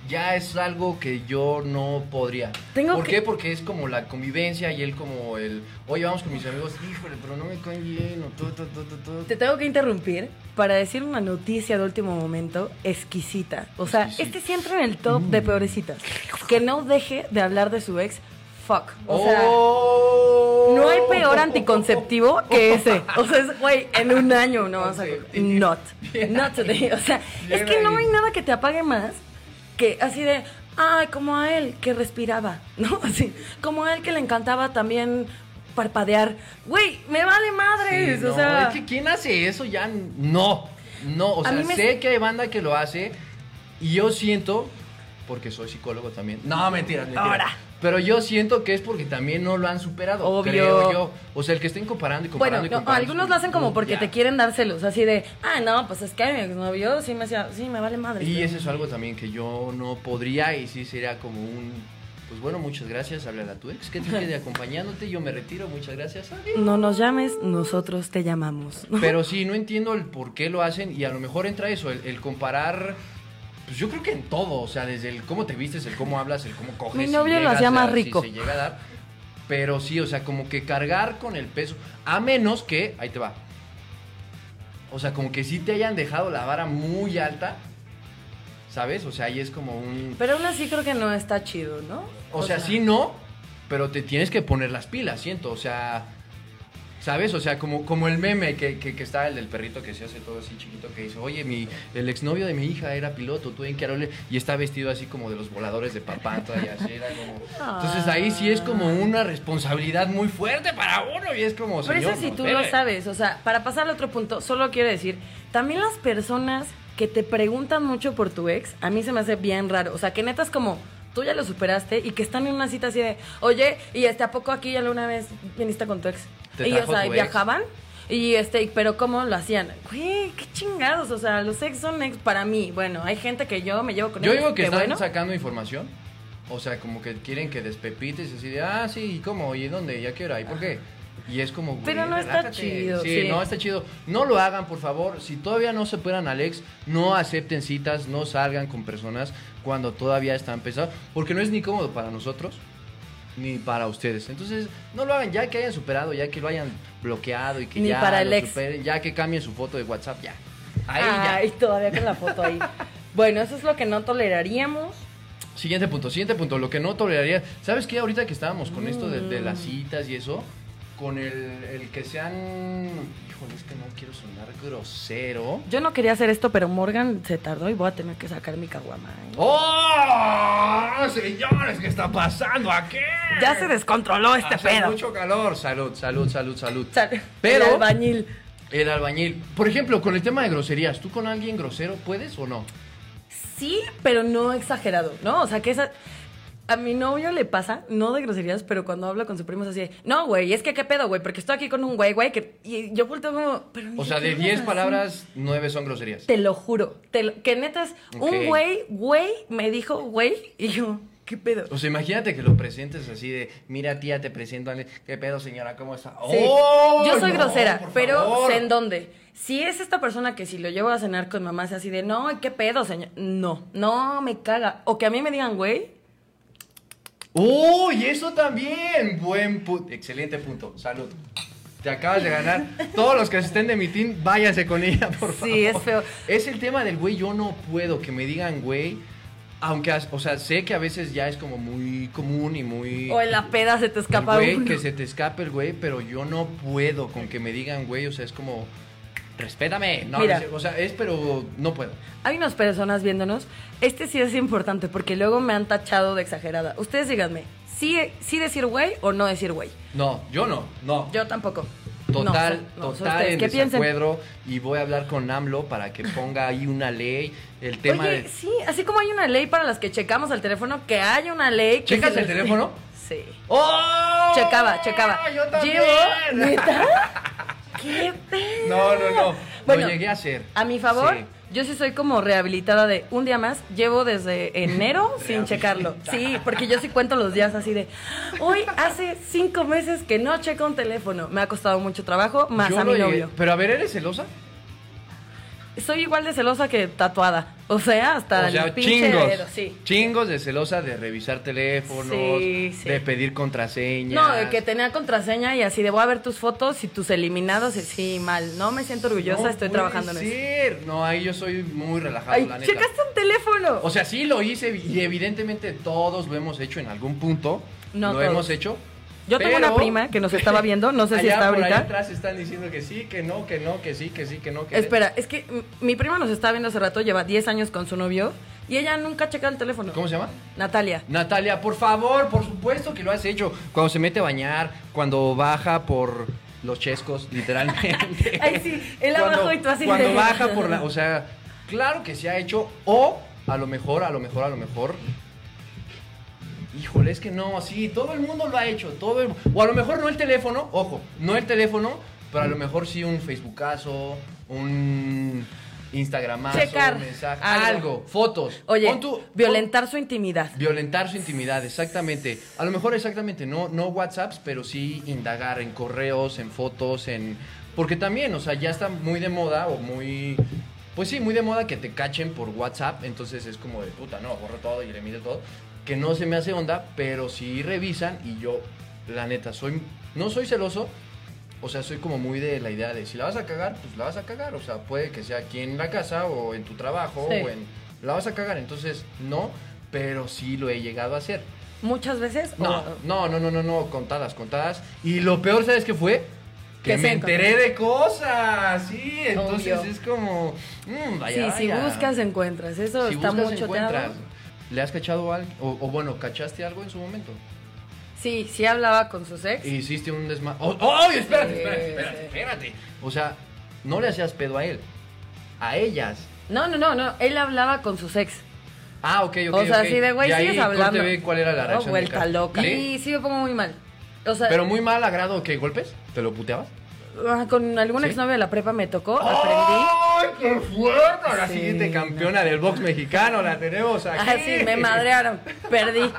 [SPEAKER 1] Ya es algo que yo no podría.
[SPEAKER 2] Tengo
[SPEAKER 1] ¿Por
[SPEAKER 2] que-
[SPEAKER 1] qué? Porque es como la convivencia y él como el. Oye, vamos con mis amigos. Híjole, pero no me caen bien. O todo, todo, todo, todo.
[SPEAKER 2] Te tengo que interrumpir para decir una noticia de último momento exquisita. O sea,
[SPEAKER 1] Exquisita. Mm.
[SPEAKER 2] este siempre en el top de peorecitas. Que no deje de hablar de su ex fuck. O sea,
[SPEAKER 1] Oh.
[SPEAKER 2] no hay peor anticonceptivo que ese. O sea, es, güey, en un año no vas a. Not. Not today. O sea, es que no hay nada que te apague más que así de. Ay, como a él que respiraba, ¿no? Así. Como a él que le encantaba también parpadear. Güey, me vale madres.
[SPEAKER 1] Sí, no,
[SPEAKER 2] o sea.
[SPEAKER 1] es que ¿quién hace eso? Ya no. No, o
[SPEAKER 2] A
[SPEAKER 1] sea,
[SPEAKER 2] mí me-
[SPEAKER 1] sé que hay banda que lo hace y yo siento, porque soy psicólogo también. No, mentiras, mentiras.
[SPEAKER 2] Ahora.
[SPEAKER 1] Pero yo siento que es porque también no lo han superado.
[SPEAKER 2] Obvio.
[SPEAKER 1] Creo yo. O sea, el que estén comparando y comparando
[SPEAKER 2] Bueno,
[SPEAKER 1] y
[SPEAKER 2] no,
[SPEAKER 1] comparando.
[SPEAKER 2] algunos lo hacen como porque
[SPEAKER 1] ya.
[SPEAKER 2] te quieren dárselos, así de, ah, no, pues es que mi exnovio sí me hacía, sí, me vale madre.
[SPEAKER 1] Y
[SPEAKER 2] pero-
[SPEAKER 1] eso es algo también que yo no podría y sí sería como un. Pues bueno, muchas gracias. Háblale a tu ex que te quede acompañándote. Yo me retiro. Muchas gracias. Adiós.
[SPEAKER 2] No nos llames, nosotros te llamamos.
[SPEAKER 1] Pero sí, no entiendo el por qué lo hacen y a lo mejor entra eso, el, el comparar. Pues yo creo que en todo, o sea, desde el cómo te vistes, el cómo hablas, el cómo coges.
[SPEAKER 2] Mi
[SPEAKER 1] si
[SPEAKER 2] novio lo
[SPEAKER 1] llegas
[SPEAKER 2] hacía
[SPEAKER 1] a-
[SPEAKER 2] más
[SPEAKER 1] si
[SPEAKER 2] rico.
[SPEAKER 1] se llega a dar. Pero sí, o sea, como que cargar con el peso, a menos que, ahí te va. O sea, como que sí te hayan dejado la vara muy alta, ¿sabes? O sea, ahí es como un...
[SPEAKER 2] Pero aún así creo que no está chido, ¿no?
[SPEAKER 1] O sea, sí, no, pero te tienes que poner las pilas, siento. O sea, ¿sabes? O sea, como, como el meme que, que, que está el del perrito que se hace todo así chiquito, que dice, oye, mi, el exnovio de mi hija era piloto, tú en Carole, y está vestido así como de los voladores de papá, y así era como... Entonces ahí sí es como una responsabilidad muy fuerte para uno, y es como...
[SPEAKER 2] Pero eso
[SPEAKER 1] "Señor,
[SPEAKER 2] sí
[SPEAKER 1] no,
[SPEAKER 2] tú lo
[SPEAKER 1] espere".
[SPEAKER 2] sabes, o sea, para pasar al otro punto, solo quiero decir, también las personas que te preguntan mucho por tu ex, a mí se me hace bien raro, o sea, que neta es como, tú ya lo superaste y que están en una cita así de, oye, y este, ¿a poco aquí alguna vez viniste con tu ex?
[SPEAKER 1] Te
[SPEAKER 2] y, o
[SPEAKER 1] trajo
[SPEAKER 2] sea,
[SPEAKER 1] tu ex.
[SPEAKER 2] viajaban. Y este, y- pero ¿cómo lo hacían? Güey, qué chingados, o sea, los ex son ex para mí. Bueno, hay gente que yo me llevo con
[SPEAKER 1] Yo
[SPEAKER 2] ellos,
[SPEAKER 1] digo que
[SPEAKER 2] qué
[SPEAKER 1] están
[SPEAKER 2] bueno.
[SPEAKER 1] sacando información. O sea, como que quieren que despepites así de, ah, sí, ¿y cómo? ¿Y dónde? ¿Y a qué hora? ¿Y por qué? Y es como, güey,
[SPEAKER 2] Pero no está
[SPEAKER 1] relájate.
[SPEAKER 2] chido,
[SPEAKER 1] Sí,
[SPEAKER 2] sí.
[SPEAKER 1] no está chido. No lo hagan, por favor. Si todavía no se puedan, Alex, no acepten citas, no salgan con personas cuando todavía están pesados. Porque no es ni cómodo para nosotros ni para ustedes. Entonces, no lo hagan ya que hayan superado, ya que lo hayan bloqueado y que
[SPEAKER 2] Ni
[SPEAKER 1] ya
[SPEAKER 2] para el
[SPEAKER 1] lo
[SPEAKER 2] ex. Ah.
[SPEAKER 1] superen, ya que cambien su foto de WhatsApp, ya. Ahí ya.
[SPEAKER 2] Ay, todavía con la foto ahí. bueno, eso es lo que no toleraríamos.
[SPEAKER 1] Siguiente punto, siguiente punto. Lo que no toleraría. ¿Sabes qué? Ahorita que estábamos con esto de, de
[SPEAKER 2] Mm.
[SPEAKER 1] las citas y eso, con el, el que sean. Híjole, es que no quiero sonar grosero.
[SPEAKER 2] Yo no quería hacer esto, pero Morgan se tardó y voy a tener que sacar mi caguama. ¿eh?
[SPEAKER 1] ¡Oh! Señores, ¿qué está pasando aquí?
[SPEAKER 2] Ya se descontroló este
[SPEAKER 1] Hace
[SPEAKER 2] pedo.
[SPEAKER 1] mucho calor. Salud, salud, salud, salud.
[SPEAKER 2] Sal-
[SPEAKER 1] Pero-
[SPEAKER 2] el albañil.
[SPEAKER 1] El albañil. Por ejemplo, con el tema de groserías, ¿tú con alguien grosero puedes o no?
[SPEAKER 2] Sí, pero no exagerado, ¿no? O sea, que esa... A mi novio le pasa, no de groserías, pero cuando habla con su primo es así, de, no, güey, es que qué pedo, güey, porque estoy aquí con un güey, güey, que... Y yo volteo como... "Pero ni
[SPEAKER 1] O sea, de
[SPEAKER 2] siquiera
[SPEAKER 1] 10
[SPEAKER 2] así".
[SPEAKER 1] palabras, 9 son groserías.
[SPEAKER 2] Te lo juro, te lo- que neta es,
[SPEAKER 1] Ok.
[SPEAKER 2] un güey, güey, me dijo güey, y yo, qué pedo.
[SPEAKER 1] O sea, imagínate que lo presentes así de, mira tía, te presento a Ale- ¿Qué pedo señora? ¿Cómo está?
[SPEAKER 2] Sí.
[SPEAKER 1] ¡Oh,
[SPEAKER 2] Yo soy
[SPEAKER 1] no,
[SPEAKER 2] grosera,
[SPEAKER 1] por
[SPEAKER 2] pero
[SPEAKER 1] favor!
[SPEAKER 2] sé en dónde. Si es esta persona que si lo llevo a cenar con mamá es así de, no, ¿qué pedo, señor? No, no, me caga. O que a mí me digan, güey,
[SPEAKER 1] ¡Uy, eso también! Buen punto. Excelente punto. Salud. Te acabas de ganar. Todos los que estén de mi team, váyanse con ella, por favor.
[SPEAKER 2] Sí, es feo.
[SPEAKER 1] Es el tema del güey, yo no puedo que me digan güey. Aunque, as- o sea, sé que a veces ya es como muy común y muy...
[SPEAKER 2] o en la peda se te
[SPEAKER 1] el
[SPEAKER 2] escapa
[SPEAKER 1] güey,
[SPEAKER 2] uno.
[SPEAKER 1] que se te escape el güey, pero yo no puedo con que me digan güey, o sea, es como, respétame. No,
[SPEAKER 2] Mira.
[SPEAKER 1] no sé, o sea, es, pero no puedo.
[SPEAKER 2] Hay unas personas viéndonos. Este sí es importante porque luego me han tachado de exagerada. Ustedes díganme, ¿sí, sí decir güey o no decir güey?
[SPEAKER 1] No, yo no, no.
[SPEAKER 2] Yo tampoco. No,
[SPEAKER 1] Total,
[SPEAKER 2] so- no, so
[SPEAKER 1] total
[SPEAKER 2] ustedes,
[SPEAKER 1] en
[SPEAKER 2] ¿qué piensan?
[SPEAKER 1] desacuerdo y voy a hablar con AMLO para que ponga ahí una ley, el tema
[SPEAKER 2] Oye,
[SPEAKER 1] de...
[SPEAKER 2] sí, así como hay una ley para las que checamos el teléfono, que haya una ley. que
[SPEAKER 1] ¿Checas
[SPEAKER 2] se
[SPEAKER 1] el
[SPEAKER 2] les-
[SPEAKER 1] teléfono?
[SPEAKER 2] Sí.
[SPEAKER 1] ¡Oh!
[SPEAKER 2] Checaba, checaba.
[SPEAKER 1] Yo también.
[SPEAKER 2] Llevo, ¿neta? ¿Qué pedo?
[SPEAKER 1] No, no, no.
[SPEAKER 2] Bueno,
[SPEAKER 1] Lo llegué a hacer.
[SPEAKER 2] A mi favor,
[SPEAKER 1] Sí.
[SPEAKER 2] yo sí soy como rehabilitada de un día más. Llevo desde enero sin checarlo. Sí, porque yo sí cuento los días así de hoy hace cinco meses que no checo un teléfono. Me ha costado mucho trabajo, más
[SPEAKER 1] Yo
[SPEAKER 2] a
[SPEAKER 1] lo
[SPEAKER 2] mi
[SPEAKER 1] llegué-
[SPEAKER 2] novio.
[SPEAKER 1] Pero a ver, ¿eres celosa?
[SPEAKER 2] soy igual de celosa que tatuada. O sea, hasta
[SPEAKER 1] O sea,
[SPEAKER 2] el pinche
[SPEAKER 1] chingos.
[SPEAKER 2] dedo, sí.
[SPEAKER 1] Chingos de celosa de revisar teléfonos,
[SPEAKER 2] Sí, sí.
[SPEAKER 1] de pedir contraseñas.
[SPEAKER 2] No, de que tenía contraseña y así de voy a ver tus fotos y tus eliminados. y sí, mal. No me siento orgullosa,
[SPEAKER 1] No
[SPEAKER 2] estoy
[SPEAKER 1] puede
[SPEAKER 2] trabajando en eso.
[SPEAKER 1] ser. No, ahí yo soy muy relajado,
[SPEAKER 2] Ay,
[SPEAKER 1] la neta.
[SPEAKER 2] checaste un teléfono.
[SPEAKER 1] O sea, sí lo hice y evidentemente todos lo hemos hecho en algún punto.
[SPEAKER 2] No
[SPEAKER 1] lo
[SPEAKER 2] todos.
[SPEAKER 1] hemos hecho.
[SPEAKER 2] Yo tengo
[SPEAKER 1] pero-
[SPEAKER 2] una prima que nos estaba viendo, no sé si
[SPEAKER 1] Allá
[SPEAKER 2] está
[SPEAKER 1] por ahí
[SPEAKER 2] ahorita.
[SPEAKER 1] atrás están diciendo que sí, que no, que no, que sí, que sí, que no, que
[SPEAKER 2] Espera, es que mm, mi prima nos estaba viendo hace rato, lleva 10 años con su novio y ella nunca checa el teléfono.
[SPEAKER 1] ¿Cómo se llama?
[SPEAKER 2] Natalia.
[SPEAKER 1] Natalia, por favor, por supuesto que lo has hecho. Cuando se mete a bañar, cuando baja por los chescos, literalmente.
[SPEAKER 2] Ay, sí, él abajo y tú así
[SPEAKER 1] Cuando
[SPEAKER 2] de-
[SPEAKER 1] baja por la. O sea, claro que se ha hecho. O a lo mejor, a lo mejor, a lo mejor. Híjole, es que no, sí, todo el mundo lo ha hecho. Todo el- o a lo mejor no el teléfono, ojo, no el teléfono, pero a lo mejor sí un Facebookazo, un Instagramazo,
[SPEAKER 2] Checar
[SPEAKER 1] un mensaje,
[SPEAKER 2] algo.
[SPEAKER 1] algo, fotos.
[SPEAKER 2] Oye,
[SPEAKER 1] Pon tu- pon-
[SPEAKER 2] violentar su intimidad.
[SPEAKER 1] Violentar su intimidad, exactamente. A lo mejor exactamente, no, no WhatsApps, pero sí indagar en correos, en fotos, en... Porque también, o sea, ya está muy de moda o muy... Pues sí, muy de moda que te cachen por WhatsApp, entonces es como de puta, no, borro todo y le miro todo. Que no se me hace onda, pero sí revisan y yo, la neta, soy... No soy celoso, o sea, soy como muy de la idea de si la vas a cagar, pues la vas a cagar. O sea, puede que sea aquí en la casa o en tu trabajo
[SPEAKER 2] Sí.
[SPEAKER 1] o en. La vas a cagar, entonces no, pero sí lo he llegado a hacer.
[SPEAKER 2] Muchas veces.
[SPEAKER 1] No,
[SPEAKER 2] o-
[SPEAKER 1] no, no, no, no, no, contadas, contadas. Y lo peor, ¿sabes qué fue? Que
[SPEAKER 2] Que
[SPEAKER 1] me
[SPEAKER 2] se
[SPEAKER 1] enteré de cosas, sí. Entonces
[SPEAKER 2] Obvio.
[SPEAKER 1] es como. mm, vaya,
[SPEAKER 2] sí, si
[SPEAKER 1] vaya.
[SPEAKER 2] buscas, encuentras. Eso
[SPEAKER 1] Si
[SPEAKER 2] está
[SPEAKER 1] buscas,
[SPEAKER 2] mucho
[SPEAKER 1] encuentras. ¿Le has cachado algo? O, o bueno, ¿cachaste algo en su momento?
[SPEAKER 2] Sí, sí hablaba con sus ex.
[SPEAKER 1] Hiciste un desma... ¡Oh, oh, espérate,
[SPEAKER 2] Sí,
[SPEAKER 1] espérate, espérate,
[SPEAKER 2] sí.
[SPEAKER 1] espérate! O sea, no le hacías pedo a él, a ellas.
[SPEAKER 2] No, no, no, no. Él hablaba con sus ex.
[SPEAKER 1] Ah, ok, ok,
[SPEAKER 2] o sea,
[SPEAKER 1] ok.
[SPEAKER 2] así de güey,
[SPEAKER 1] Y ahí
[SPEAKER 2] sigues
[SPEAKER 1] corte
[SPEAKER 2] hablando.
[SPEAKER 1] ve cuál era la
[SPEAKER 2] No,
[SPEAKER 1] reacción de
[SPEAKER 2] vuelta
[SPEAKER 1] Carlos.
[SPEAKER 2] loca.
[SPEAKER 1] ¿Sí?
[SPEAKER 2] Sí, sí, me pongo muy mal. O sea,
[SPEAKER 1] Pero muy mal agrado, ¿qué? ¿Golpes? ¿Te lo puteabas?
[SPEAKER 2] ah, con algún
[SPEAKER 1] ¿Sí? ¡Oh!
[SPEAKER 2] exnovio de la prepa me tocó,
[SPEAKER 1] ¡Ay, qué fuerte! La
[SPEAKER 2] Sí,
[SPEAKER 1] siguiente
[SPEAKER 2] no.
[SPEAKER 1] campeona del box mexicano la tenemos aquí.
[SPEAKER 2] aprendí. Así, Ah, me madrearon, perdí.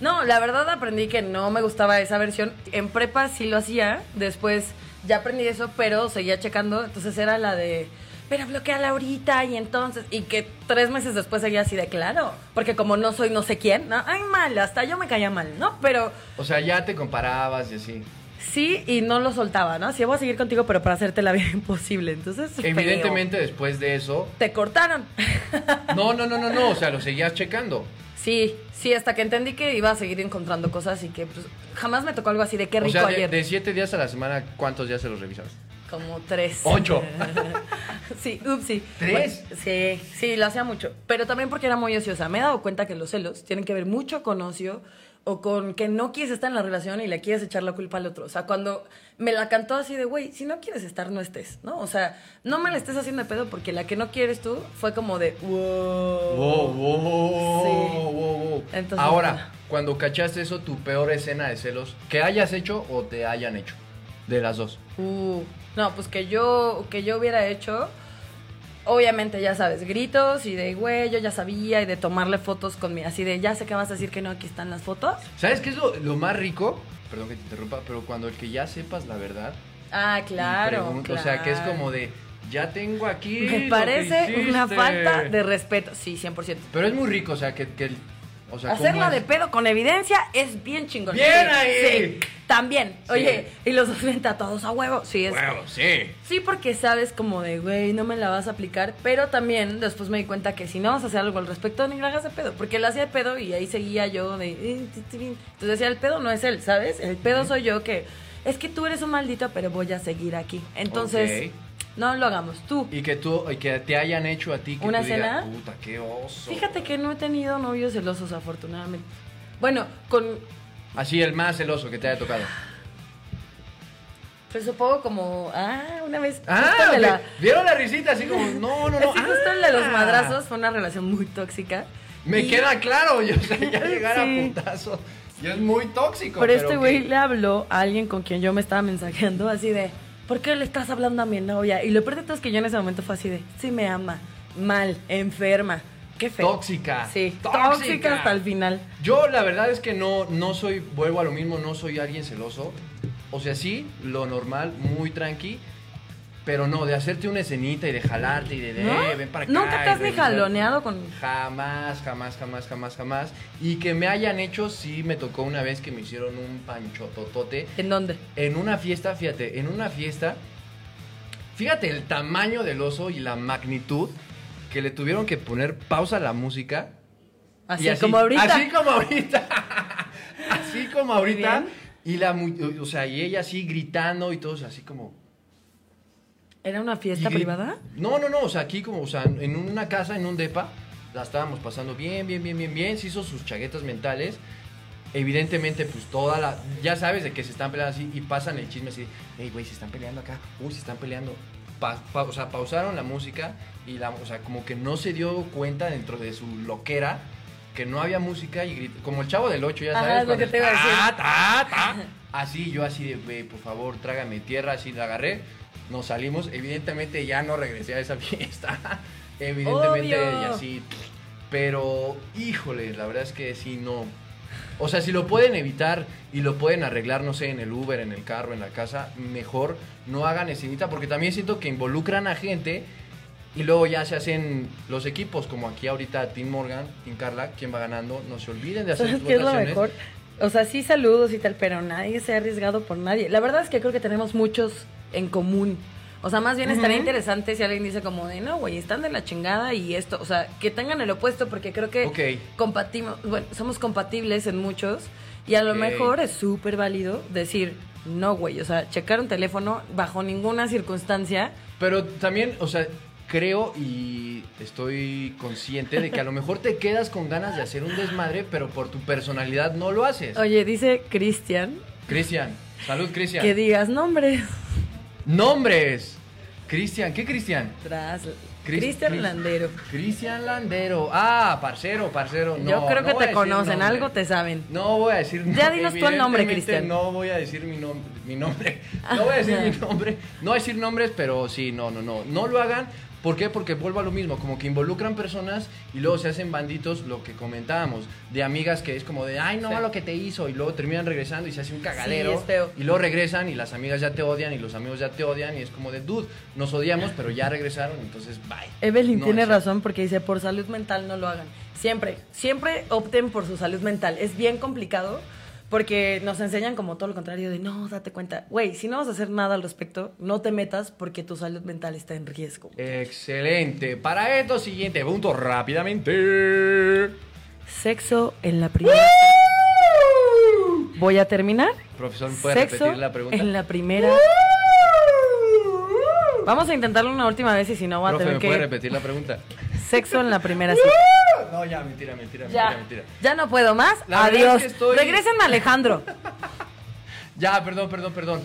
[SPEAKER 2] No, la verdad aprendí que no me gustaba esa versión. En prepa sí lo hacía, después ya aprendí eso, pero seguía checando, entonces era la de, pero bloqueala ahorita y entonces, y que tres meses después seguía así de claro, porque como no soy no sé quién, no, ay mal, hasta yo me caía mal, ¿no? Pero
[SPEAKER 1] O sea, ya te comparabas y así.
[SPEAKER 2] Sí, y no lo soltaba, ¿no? Así voy a seguir contigo, pero para hacerte la vida imposible. Entonces, feo.
[SPEAKER 1] Evidentemente, después de eso...
[SPEAKER 2] Te cortaron.
[SPEAKER 1] No, no, no, no, no, o sea, lo seguías checando.
[SPEAKER 2] sí, sí, hasta que entendí que iba a seguir encontrando cosas y que pues, jamás me tocó algo así de qué
[SPEAKER 1] o
[SPEAKER 2] rico
[SPEAKER 1] sea, de,
[SPEAKER 2] ayer.
[SPEAKER 1] de siete días a la semana, ¿cuántos días se los revisabas?
[SPEAKER 2] Como tres.
[SPEAKER 1] Ocho.
[SPEAKER 2] sí, upsí.
[SPEAKER 1] ¿Tres?
[SPEAKER 2] Bueno, sí, sí, lo hacía mucho. Pero también porque era muy ociosa. Me he dado cuenta que los celos tienen que ver mucho con ocio o con que no quieres estar en la relación y le quieres echar la culpa al otro. O sea, cuando me la cantó así de, güey, si no quieres estar, no estés, ¿no? O sea, no me la estés haciendo de pedo porque la que no quieres tú fue como de, "Uh, wow.
[SPEAKER 1] Wow, wow,
[SPEAKER 2] Sí.
[SPEAKER 1] wow, wow, wow.
[SPEAKER 2] Entonces,
[SPEAKER 1] Ahora,
[SPEAKER 2] bueno.
[SPEAKER 1] cuando cachaste eso, tu peor escena de celos, que hayas hecho o te hayan hecho, de las dos.
[SPEAKER 2] Uh, no, pues que yo, que yo hubiera hecho, obviamente ya sabes, gritos y de güey, yo ya sabía y de tomarle fotos con mi, así de ya sé que vas a decir que no, aquí están las fotos.
[SPEAKER 1] ¿Sabes qué es lo, lo más rico? Perdón que te interrumpa, pero cuando el que ya sepas la verdad.
[SPEAKER 2] Ah,
[SPEAKER 1] y
[SPEAKER 2] claro.
[SPEAKER 1] pregun- O sea, que es
[SPEAKER 2] claro.
[SPEAKER 1] como de, ya tengo aquí. lo
[SPEAKER 2] Me
[SPEAKER 1] que
[SPEAKER 2] parece una
[SPEAKER 1] hiciste.
[SPEAKER 2] falta de respeto. Sí, 100%.
[SPEAKER 1] Pero es muy rico, o sea, que. que el- o sea, ¿cómo
[SPEAKER 2] Hacerla de
[SPEAKER 1] es?
[SPEAKER 2] pedo con evidencia es bien chingón.
[SPEAKER 1] ¡Bien
[SPEAKER 2] Sí,
[SPEAKER 1] ahí!
[SPEAKER 2] Sí, también.
[SPEAKER 1] Sí.
[SPEAKER 2] Oye, y los dos ven tatuados a huevo. Sí, es
[SPEAKER 1] Huevo, sí.
[SPEAKER 2] Sí, porque sabes como de, güey, no me la vas a aplicar, pero también después me di cuenta que si no vas a hacer algo al respecto, ni la hagas de pedo, porque la hacía de pedo y ahí seguía yo de... eh, ti, ti, bin. Entonces decía, el pedo no es él, ¿sabes? El pedo soy yo que... Es que tú eres un maldito, pero voy a seguir aquí. Entonces,
[SPEAKER 1] Ok.
[SPEAKER 2] no lo hagamos tú.
[SPEAKER 1] Y que tú, y que te hayan hecho a ti que
[SPEAKER 2] ¿Una
[SPEAKER 1] tú digas,
[SPEAKER 2] cena?
[SPEAKER 1] puta, qué oso.
[SPEAKER 2] Fíjate que no he tenido novios celosos, afortunadamente. Bueno, con...
[SPEAKER 1] Así el más celoso que te haya tocado.
[SPEAKER 2] Pues supongo como... Ah, una vez...
[SPEAKER 1] Ah,
[SPEAKER 2] justo el de la-
[SPEAKER 1] ok. vieron la risita así como, no, no, no.
[SPEAKER 2] así justo el de los
[SPEAKER 1] ah.
[SPEAKER 2] madrazos fue una relación muy tóxica.
[SPEAKER 1] Me
[SPEAKER 2] Y-
[SPEAKER 1] queda claro, yo, o sea, ya llegar a
[SPEAKER 2] Sí.
[SPEAKER 1] putazos. Y es muy tóxico.
[SPEAKER 2] Pero este
[SPEAKER 1] que-
[SPEAKER 2] güey le habló a alguien con quien yo me estaba mensajeando así de, ¿por qué le estás hablando a mi novia? Y lo peor de todo es que yo en ese momento fue así de, sí me ama, mal, enferma, qué feo.
[SPEAKER 1] Tóxica.
[SPEAKER 2] Sí,
[SPEAKER 1] Tóxica.
[SPEAKER 2] tóxica, hasta el final.
[SPEAKER 1] Yo la verdad es que no, no soy, vuelvo a lo mismo, no soy alguien celoso. O sea, sí, lo normal, muy tranqui. Pero no, de hacerte una escenita y de jalarte y de, de,
[SPEAKER 2] ¿No?
[SPEAKER 1] "Eh, ven para acá.
[SPEAKER 2] ¿Nunca te has
[SPEAKER 1] y
[SPEAKER 2] ni
[SPEAKER 1] de-
[SPEAKER 2] jaloneado con-
[SPEAKER 1] Jamás, jamás, jamás, jamás, jamás. Y que me hayan hecho, sí me tocó una vez que me hicieron un panchototote.
[SPEAKER 2] ¿En dónde?
[SPEAKER 1] En una fiesta, fíjate, en una fiesta, fíjate el tamaño del oso y la magnitud que le tuvieron que poner pausa a la música.
[SPEAKER 2] Así,
[SPEAKER 1] y
[SPEAKER 2] como ahorita.
[SPEAKER 1] Así como ahorita. así como ahorita.
[SPEAKER 2] Bien.
[SPEAKER 1] Y la, mu- o sea, y ella así gritando y todos así como...
[SPEAKER 2] ¿Era una fiesta
[SPEAKER 1] Y gri-
[SPEAKER 2] privada?
[SPEAKER 1] No, no, no, o sea, aquí como, o sea, en una casa, en un depa, la estábamos pasando bien, bien, bien, bien, bien, se hizo sus chaquetas mentales. Evidentemente, pues toda la. Ya sabes de que se están peleando así y pasan el chisme así. Ey, güey, se están peleando acá. Uy, se están peleando. Pa- pa- o sea, pausaron la música y la. O sea, como que no se dio cuenta dentro de su loquera que no había música y grit- Como el chavo del 8, ya
[SPEAKER 2] Ajá,
[SPEAKER 1] sabes.
[SPEAKER 2] es lo
[SPEAKER 1] cuando-
[SPEAKER 2] que te iba a decir.
[SPEAKER 1] ¡Ah, ta, ta! Así, yo así de, "Güey, por favor, trágame tierra, así la agarré. Nos salimos, evidentemente ya no regresé a esa fiesta. evidentemente,
[SPEAKER 2] Obvio.
[SPEAKER 1] y así. Pero, híjole, la verdad es que sí, no. O sea, si lo pueden evitar y lo pueden arreglar, no sé, en el Uber, en el carro, en la casa, mejor no hagan escenita, porque también siento que involucran a gente y luego ya se hacen los equipos, como aquí ahorita Tim Morgan, Tim Carla, quien va ganando. No se olviden de hacer
[SPEAKER 2] ¿Sabes
[SPEAKER 1] sus
[SPEAKER 2] qué es lo
[SPEAKER 1] votaciones.
[SPEAKER 2] mejor? O sea, sí saludos y tal, pero nadie se ha arriesgado por nadie. La verdad es que creo que tenemos muchos en común. O sea, más bien estaría interesante si alguien dice como de, no, güey, están de la chingada y esto. O sea, que tengan el opuesto porque creo que
[SPEAKER 1] Ok.
[SPEAKER 2] compartimos, bueno, somos compatibles en muchos y a lo
[SPEAKER 1] Ok.
[SPEAKER 2] mejor es súper válido decir, no, güey, o sea, checar un teléfono bajo ninguna circunstancia.
[SPEAKER 1] Pero también, o sea, creo y estoy consciente de que a lo mejor te quedas con ganas de hacer un desmadre, pero por tu personalidad no lo haces.
[SPEAKER 2] Oye, dice Cristian
[SPEAKER 1] Cristian, salud Cristian.
[SPEAKER 2] que digas nombres.
[SPEAKER 1] Nombres. Cristian, ¿qué Cristian?
[SPEAKER 2] Tras
[SPEAKER 1] Cris-
[SPEAKER 2] Cristian
[SPEAKER 1] Cris-
[SPEAKER 2] Landero.
[SPEAKER 1] Cristian Landero. Ah, parcero, parcero. No,
[SPEAKER 2] Yo creo
[SPEAKER 1] no voy
[SPEAKER 2] que
[SPEAKER 1] a
[SPEAKER 2] te
[SPEAKER 1] decir
[SPEAKER 2] conocen,
[SPEAKER 1] nombre.
[SPEAKER 2] algo te saben.
[SPEAKER 1] No voy a decir
[SPEAKER 2] Ya dinos tú el nombre,
[SPEAKER 1] Evidentemente,
[SPEAKER 2] Cristian.
[SPEAKER 1] No voy a decir mi, nom- mi nombre. No voy a decir mi nombre. No voy a decir nombres, pero sí, no, no, no. No lo hagan. ¿Por qué? Porque vuelvo a lo mismo, como que involucran personas y luego se hacen banditos, lo que comentábamos, de amigas que es como de, ay, no,
[SPEAKER 2] Sí.
[SPEAKER 1] lo que te hizo, y luego terminan regresando y se hace un cagadero.
[SPEAKER 2] Sí, es feo.
[SPEAKER 1] Y luego regresan y las amigas ya te odian y los amigos ya te odian y es como de, dude, nos odiamos, pero ya regresaron, entonces, bye.
[SPEAKER 2] Evelyn
[SPEAKER 1] No
[SPEAKER 2] tiene
[SPEAKER 1] es-
[SPEAKER 2] razón porque dice, por salud mental no lo hagan. Siempre, siempre opten por su salud mental. Es bien complicado porque nos enseñan como todo lo contrario de, no, date cuenta. Güey, si no vas a hacer nada al respecto, no te metas porque tu salud mental está en riesgo.
[SPEAKER 1] Excelente. Para esto, siguiente punto, rápidamente.
[SPEAKER 2] Sexo en la primera cita. Voy a terminar.
[SPEAKER 1] Profesor, ¿me puede
[SPEAKER 2] Sexo
[SPEAKER 1] repetir la pregunta?
[SPEAKER 2] en la primera. Vamos a intentarlo una última vez y si no, va a
[SPEAKER 1] Profe, ¿me
[SPEAKER 2] tener
[SPEAKER 1] puede
[SPEAKER 2] que...
[SPEAKER 1] repetir la pregunta?
[SPEAKER 2] Sexo en la primera cita.
[SPEAKER 1] No, ya, mentira, mentira,
[SPEAKER 2] Ya,
[SPEAKER 1] mentira, mentira.
[SPEAKER 2] ya no puedo más.
[SPEAKER 1] La verdad
[SPEAKER 2] Adiós.
[SPEAKER 1] es que estoy-
[SPEAKER 2] Regresen a Alejandro.
[SPEAKER 1] Ya, perdón, perdón, perdón.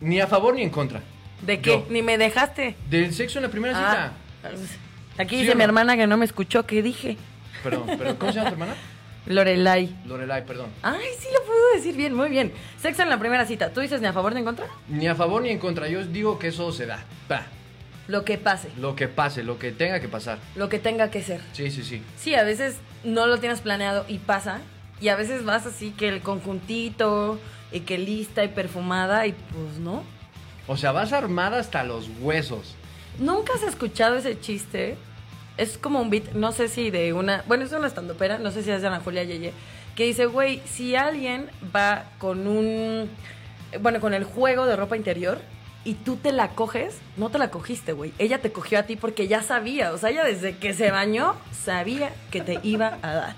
[SPEAKER 1] Ni a favor ni en contra.
[SPEAKER 2] ¿De qué?
[SPEAKER 1] Yo.
[SPEAKER 2] Ni me dejaste.
[SPEAKER 1] Del sexo en la primera
[SPEAKER 2] Ah,
[SPEAKER 1] cita.
[SPEAKER 2] aquí
[SPEAKER 1] ¿Sí
[SPEAKER 2] dice
[SPEAKER 1] o
[SPEAKER 2] mi
[SPEAKER 1] no?
[SPEAKER 2] hermana que no me escuchó. ¿Qué dije?
[SPEAKER 1] Perdón, pero ¿cómo se llama tu hermana?
[SPEAKER 2] Lorelai.
[SPEAKER 1] Lorelai, perdón.
[SPEAKER 2] Ay, sí lo puedo decir bien, muy bien. Sexo en la primera cita. ¿Tú dices ni a favor ni en contra?
[SPEAKER 1] Ni a favor ni en contra. Yo digo que eso se da. Pa.
[SPEAKER 2] Lo que pase,
[SPEAKER 1] Lo que pase, lo que tenga que pasar.
[SPEAKER 2] lo que tenga que ser.
[SPEAKER 1] Sí, sí, sí.
[SPEAKER 2] Sí, a veces no lo tienes planeado y pasa. Y a veces vas así que el conjuntito y que lista y perfumada y pues no.
[SPEAKER 1] O sea, vas armada hasta los huesos.
[SPEAKER 2] ¿Nunca has escuchado ese chiste? Es como un beat, no sé si de una. Bueno, es una estandopera, no sé si es de Ana Julia Yeye, que dice, güey, si alguien va con un. Bueno, con el juego de ropa interior y tú te la coges, no te la cogiste, güey. Ella te cogió a ti porque ya sabía, o sea, ella desde que se bañó sabía que te iba a dar.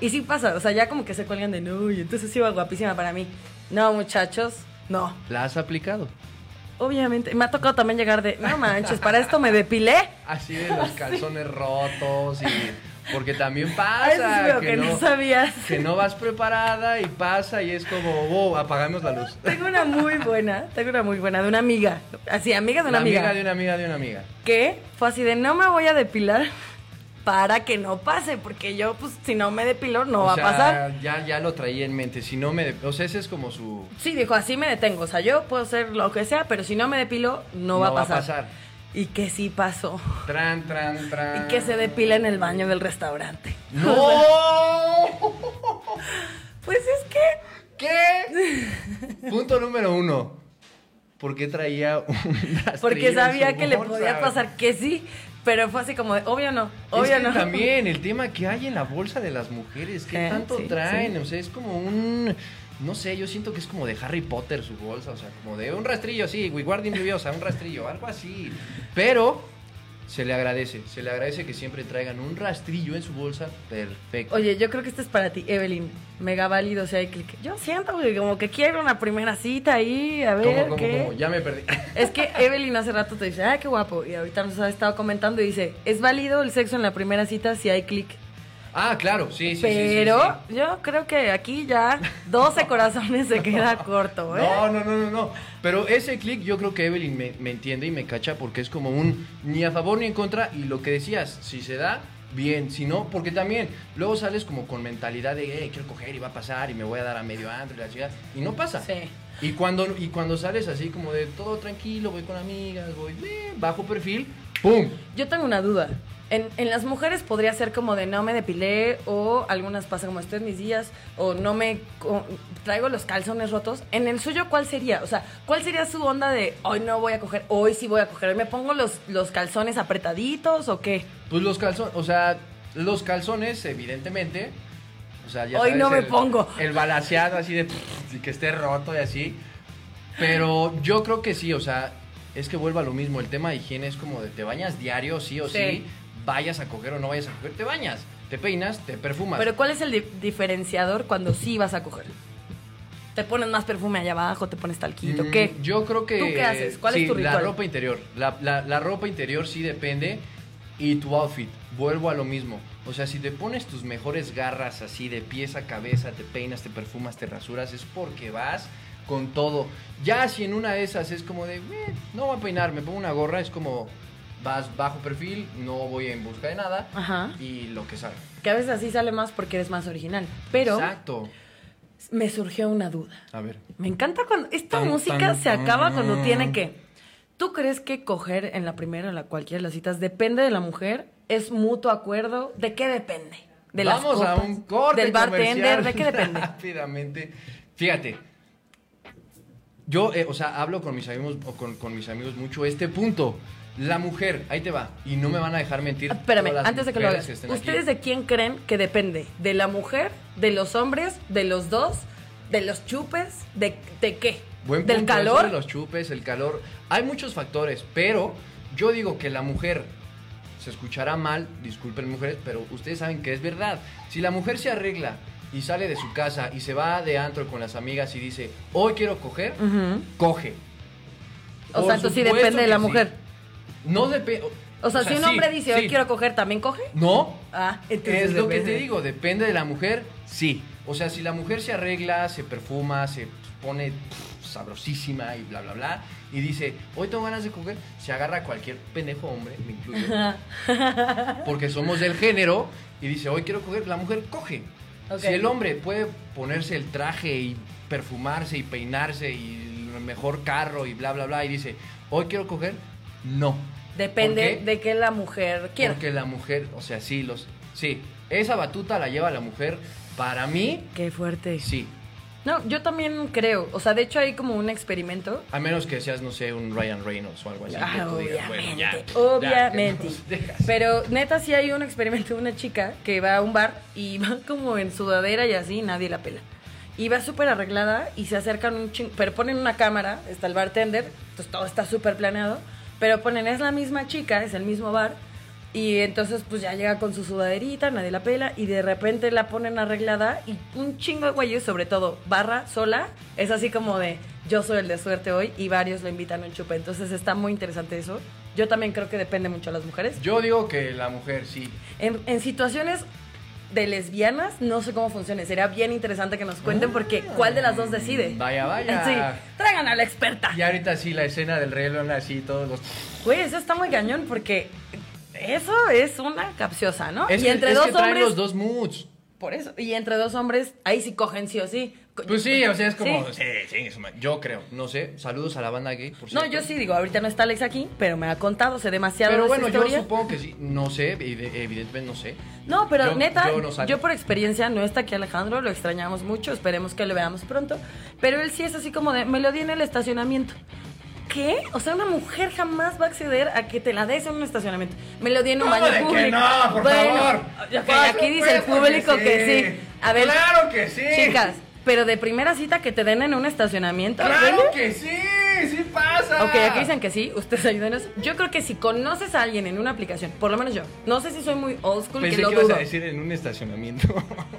[SPEAKER 2] Y sí pasa, o sea, ya como que se cuelgan de, no, y entonces iba guapísima para mí. No, muchachos, no.
[SPEAKER 1] ¿La has aplicado?
[SPEAKER 2] Obviamente, me ha tocado también llegar de, no manches, para esto me depilé.
[SPEAKER 1] Así de los calzones rotos y... Porque también
[SPEAKER 2] Ah, eso
[SPEAKER 1] pasa
[SPEAKER 2] es lo que, no sabías.
[SPEAKER 1] que no vas preparada y pasa y es como, wow, apagamos la luz.
[SPEAKER 2] Tengo una muy buena, tengo una muy buena de una amiga. Así, amiga de una
[SPEAKER 1] La
[SPEAKER 2] amiga.
[SPEAKER 1] de una amiga de una amiga.
[SPEAKER 2] Que fue así de, no me voy a depilar para que no pase, porque yo, pues, si no me depilo, no
[SPEAKER 1] O
[SPEAKER 2] va
[SPEAKER 1] sea,
[SPEAKER 2] a pasar.
[SPEAKER 1] Ya, ya lo traía en mente. Si no me. de- O sea, ese es como su.
[SPEAKER 2] Sí, dijo, así me detengo. O sea, yo puedo hacer lo que sea, pero si no me depilo, no, va, a pasar. Y que sí pasó.
[SPEAKER 1] Tran, tran, tran.
[SPEAKER 2] Y que se depila en el baño del restaurante.
[SPEAKER 1] ¡No!
[SPEAKER 2] Pues es que
[SPEAKER 1] ¿Qué? Punto número uno. por qué traía un rastrillo
[SPEAKER 2] Porque
[SPEAKER 1] en
[SPEAKER 2] sabía
[SPEAKER 1] su
[SPEAKER 2] que le
[SPEAKER 1] bolsa.
[SPEAKER 2] podía pasar que sí, pero fue así como de, obvio no, obvio
[SPEAKER 1] es que
[SPEAKER 2] no.
[SPEAKER 1] también el tema que hay en la bolsa de las mujeres, ¿qué
[SPEAKER 2] Eh,
[SPEAKER 1] tanto
[SPEAKER 2] sí,
[SPEAKER 1] traen?
[SPEAKER 2] sí.
[SPEAKER 1] O sea, es como un. No sé, yo siento que es como de Harry Potter su bolsa, o sea, como de un rastrillo así, Wingardium Leviosa, un rastrillo, algo así. Pero se le agradece, se le agradece que siempre traigan un rastrillo en su bolsa, perfecto.
[SPEAKER 2] Oye, yo creo que este es para ti, Evelyn. Mega válido, si hay clic. Yo siento güey, como que quiero una primera cita ahí, a
[SPEAKER 1] ¿Cómo,
[SPEAKER 2] ver
[SPEAKER 1] cómo,
[SPEAKER 2] qué.
[SPEAKER 1] cómo? Ya me perdí.
[SPEAKER 2] Es que Evelyn hace rato te dice, ah, qué guapo. Y ahorita nos ha estado comentando y dice, es válido el sexo en la primera cita si hay clic.
[SPEAKER 1] Ah, claro, sí, sí, sí, sí,
[SPEAKER 2] Pero
[SPEAKER 1] sí.
[SPEAKER 2] yo creo que aquí ya 12 corazones se queda corto, ¿eh?
[SPEAKER 1] No, no, no, no, no. Pero ese clic yo creo que Evelyn me, me entiende y me cacha porque es como un ni a favor ni en contra. Y lo que decías, si se da, bien. Si no, porque también luego sales como con mentalidad de, eh, quiero coger y va a pasar y me voy a dar a medio antro y la ciudad. Y no pasa.
[SPEAKER 2] Sí.
[SPEAKER 1] Y cuando, y cuando sales así como de todo tranquilo, voy con amigas, voy eh, bajo perfil, ¡pum!
[SPEAKER 2] Yo tengo una duda. En, en las mujeres podría ser como de no me depilé o algunas pasan como estoy en mis días o no me co- traigo los calzones rotos. En el suyo, ¿cuál sería? O sea, ¿cuál sería su onda de hoy no voy a coger, hoy sí voy a coger, hoy me pongo los, los calzones apretaditos o qué?
[SPEAKER 1] Pues los calzones, o sea, los calzones, evidentemente. O sea, ya
[SPEAKER 2] Hoy
[SPEAKER 1] sabes,
[SPEAKER 2] no me
[SPEAKER 1] el-
[SPEAKER 2] pongo.
[SPEAKER 1] El balanceado así de pff, y que esté roto y así. Pero yo creo que sí, o sea, es que vuelva a lo mismo. El tema de higiene es como de te bañas diario, sí o sí.
[SPEAKER 2] Sí.
[SPEAKER 1] Vayas a coger o no vayas a coger, te bañas, te peinas, te perfumas.
[SPEAKER 2] Pero ¿cuál es el di- diferenciador cuando sí vas a coger? ¿Te pones más perfume allá abajo? ¿Te pones talquito?
[SPEAKER 1] Mm,
[SPEAKER 2] ¿Qué?
[SPEAKER 1] Yo creo que.
[SPEAKER 2] ¿Tú qué haces? ¿Cuál es
[SPEAKER 1] sí,
[SPEAKER 2] tu
[SPEAKER 1] La
[SPEAKER 2] ritual?
[SPEAKER 1] ropa interior. La, la- la ropa interior sí depende. Y tu outfit. Vuelvo a lo mismo. O sea, si te pones tus mejores garras así de pies a cabeza, te peinas, te perfumas, te rasuras, es porque vas con todo. Ya si en una de esas es como de, "Eh, no voy a peinar, me pongo una gorra, es como vas bajo perfil, no voy en busca de nada
[SPEAKER 2] Ajá.
[SPEAKER 1] y lo que salga.
[SPEAKER 2] Que a veces así sale más porque eres más original. Pero
[SPEAKER 1] Exacto.
[SPEAKER 2] me surgió una duda.
[SPEAKER 1] A ver.
[SPEAKER 2] Me encanta cuando. Esta
[SPEAKER 1] Tan,
[SPEAKER 2] música
[SPEAKER 1] tan,
[SPEAKER 2] se acaba
[SPEAKER 1] tan.
[SPEAKER 2] cuando tiene que. ¿Tú crees que coger en la primera o la cualquiera de las citas depende de la mujer? ¿Es mutuo acuerdo? ¿De qué depende? ¿De las
[SPEAKER 1] Vamos a
[SPEAKER 2] copas?
[SPEAKER 1] un corte
[SPEAKER 2] ¿Del bartender?
[SPEAKER 1] comercial
[SPEAKER 2] ¿De qué depende?
[SPEAKER 1] Rápidamente. Fíjate. Yo, eh, o sea, hablo con mis amigos o con, con mis amigos mucho este punto. La mujer, ahí te va. Y no me van a dejar mentir.
[SPEAKER 2] Ah, Espérame,
[SPEAKER 1] todas las
[SPEAKER 2] antes de que lo
[SPEAKER 1] mujeres
[SPEAKER 2] hagas.
[SPEAKER 1] estén aquí.
[SPEAKER 2] ¿Ustedes de quién creen que depende? ¿De la mujer? ¿De los hombres? ¿De los dos? ¿De los chupes? ¿De, de qué?
[SPEAKER 1] Buen
[SPEAKER 2] ¿Del
[SPEAKER 1] punto eso
[SPEAKER 2] calor?
[SPEAKER 1] de los chupes, el calor. Hay muchos factores, pero yo digo que la mujer se escuchará mal, disculpen mujeres, pero ustedes saben que es verdad. Si la mujer se arregla y sale de su casa y se va de antro con las amigas y dice, hoy quiero coger,
[SPEAKER 2] Ujú.
[SPEAKER 1] coge.
[SPEAKER 2] O
[SPEAKER 1] Por
[SPEAKER 2] sea, entonces sí
[SPEAKER 1] supuesto
[SPEAKER 2] depende de
[SPEAKER 1] que
[SPEAKER 2] la
[SPEAKER 1] sí.
[SPEAKER 2] mujer.
[SPEAKER 1] No depende.
[SPEAKER 2] O sea, si un hombre dice, hoy quiero coger, ¿también coge?
[SPEAKER 1] No.
[SPEAKER 2] Ah, entonces
[SPEAKER 1] Es lo que
[SPEAKER 2] depende.
[SPEAKER 1] te digo, depende de la mujer, sí. O sea, si la mujer se arregla, se perfuma, se pone pff, sabrosísima y bla, bla, bla, y dice, hoy tengo ganas de coger, se agarra a cualquier pendejo hombre, me incluyo, porque somos del género, y dice, hoy quiero coger, la mujer coge.
[SPEAKER 2] Ok.
[SPEAKER 1] Si el hombre puede ponerse el traje y perfumarse y peinarse y el mejor carro y bla, bla, bla, y dice, hoy quiero coger, no.
[SPEAKER 2] Depende
[SPEAKER 1] ¿Por qué?
[SPEAKER 2] de que la mujer quiera.
[SPEAKER 1] Porque la mujer, o sea, sí, los. Sí, esa batuta la lleva la mujer. Para mí,
[SPEAKER 2] Qué fuerte.
[SPEAKER 1] sí.
[SPEAKER 2] No, yo también creo. O sea, de hecho hay como un experimento.
[SPEAKER 1] A menos que seas, no sé, un Ryan Reynolds o algo así. que
[SPEAKER 2] Ah,
[SPEAKER 1] tú digas, bueno,
[SPEAKER 2] obviamente,
[SPEAKER 1] ya,
[SPEAKER 2] obviamente.
[SPEAKER 1] ya, que nos dejas.
[SPEAKER 2] Pero neta sí hay un experimento de una chica que va a un bar y va como en sudadera y así, y nadie la pela. Y va súper arreglada y se acercan un ching... Pero ponen una cámara, está el bartender, entonces todo está súper planeado. Pero ponen, es la misma chica, es el mismo bar. Y entonces pues ya llega con su sudaderita, nadie la pela. Y de repente la ponen arreglada y un chingo de güeyes, sobre todo barra, sola, es así como de yo soy el de suerte hoy y varios lo invitan a un chupe. Entonces está muy interesante eso. Yo también creo que depende mucho a las mujeres.
[SPEAKER 1] Yo digo que la mujer, sí.
[SPEAKER 2] En, en situaciones de lesbianas, no sé cómo funciona. Sería bien interesante que nos cuenten porque cuál de las dos decide.
[SPEAKER 1] Vaya, vaya.
[SPEAKER 2] Sí, traigan a la experta.
[SPEAKER 1] Y ahorita sí, la escena del rey León, así, todos los.
[SPEAKER 2] Güey, eso está muy cañón porque eso es una capciosa, ¿no?
[SPEAKER 1] Es
[SPEAKER 2] y
[SPEAKER 1] que-
[SPEAKER 2] entre
[SPEAKER 1] es
[SPEAKER 2] dos
[SPEAKER 1] que traen
[SPEAKER 2] hombres.
[SPEAKER 1] los dos moods.
[SPEAKER 2] Por eso. Y entre dos hombres, ahí sí cogen sí o sí. Co-
[SPEAKER 1] Pues sí, o sea, es como.
[SPEAKER 2] Sí.
[SPEAKER 1] Sí, sí, es una- yo creo. No sé. Saludos a la banda gay, por
[SPEAKER 2] No,
[SPEAKER 1] cierto.
[SPEAKER 2] yo sí digo, ahorita no está Alex aquí, pero me ha contado, sé demasiado
[SPEAKER 1] Pero
[SPEAKER 2] de
[SPEAKER 1] bueno,
[SPEAKER 2] su
[SPEAKER 1] yo
[SPEAKER 2] historia.
[SPEAKER 1] supongo que sí. No sé, evide- evidentemente no sé.
[SPEAKER 2] No, pero
[SPEAKER 1] Yo-
[SPEAKER 2] neta,
[SPEAKER 1] yo
[SPEAKER 2] yo,
[SPEAKER 1] no salgo.
[SPEAKER 2] por experiencia no está aquí Alejandro, lo extrañamos mucho, esperemos que lo veamos pronto. Pero él sí es así como de, me lo di en el estacionamiento. qué? O sea, una mujer jamás va a acceder a que te la des en un estacionamiento. Me lo di en un
[SPEAKER 3] ¿Cómo
[SPEAKER 2] baño
[SPEAKER 3] de que
[SPEAKER 2] público.
[SPEAKER 3] no, por
[SPEAKER 2] Bueno,
[SPEAKER 3] favor?
[SPEAKER 2] ok,
[SPEAKER 3] Por
[SPEAKER 1] Pues,
[SPEAKER 2] aquí dice el
[SPEAKER 3] supuesto que
[SPEAKER 2] público que sí.
[SPEAKER 3] sí.
[SPEAKER 2] A ver.
[SPEAKER 3] ¡Claro que sí!
[SPEAKER 2] Chicas, pero de primera cita que te den en un estacionamiento.
[SPEAKER 3] ¡Claro
[SPEAKER 2] ¿really?
[SPEAKER 3] que sí! ¡Sí pasa!
[SPEAKER 2] Ok, aquí dicen que sí, ustedes ayúdenos. Yo creo que si conoces a alguien en una aplicación, por lo menos yo, no sé si soy muy old school,
[SPEAKER 1] Pensé
[SPEAKER 2] que lo
[SPEAKER 1] que ibas
[SPEAKER 2] dudo.
[SPEAKER 1] a decir en un estacionamiento.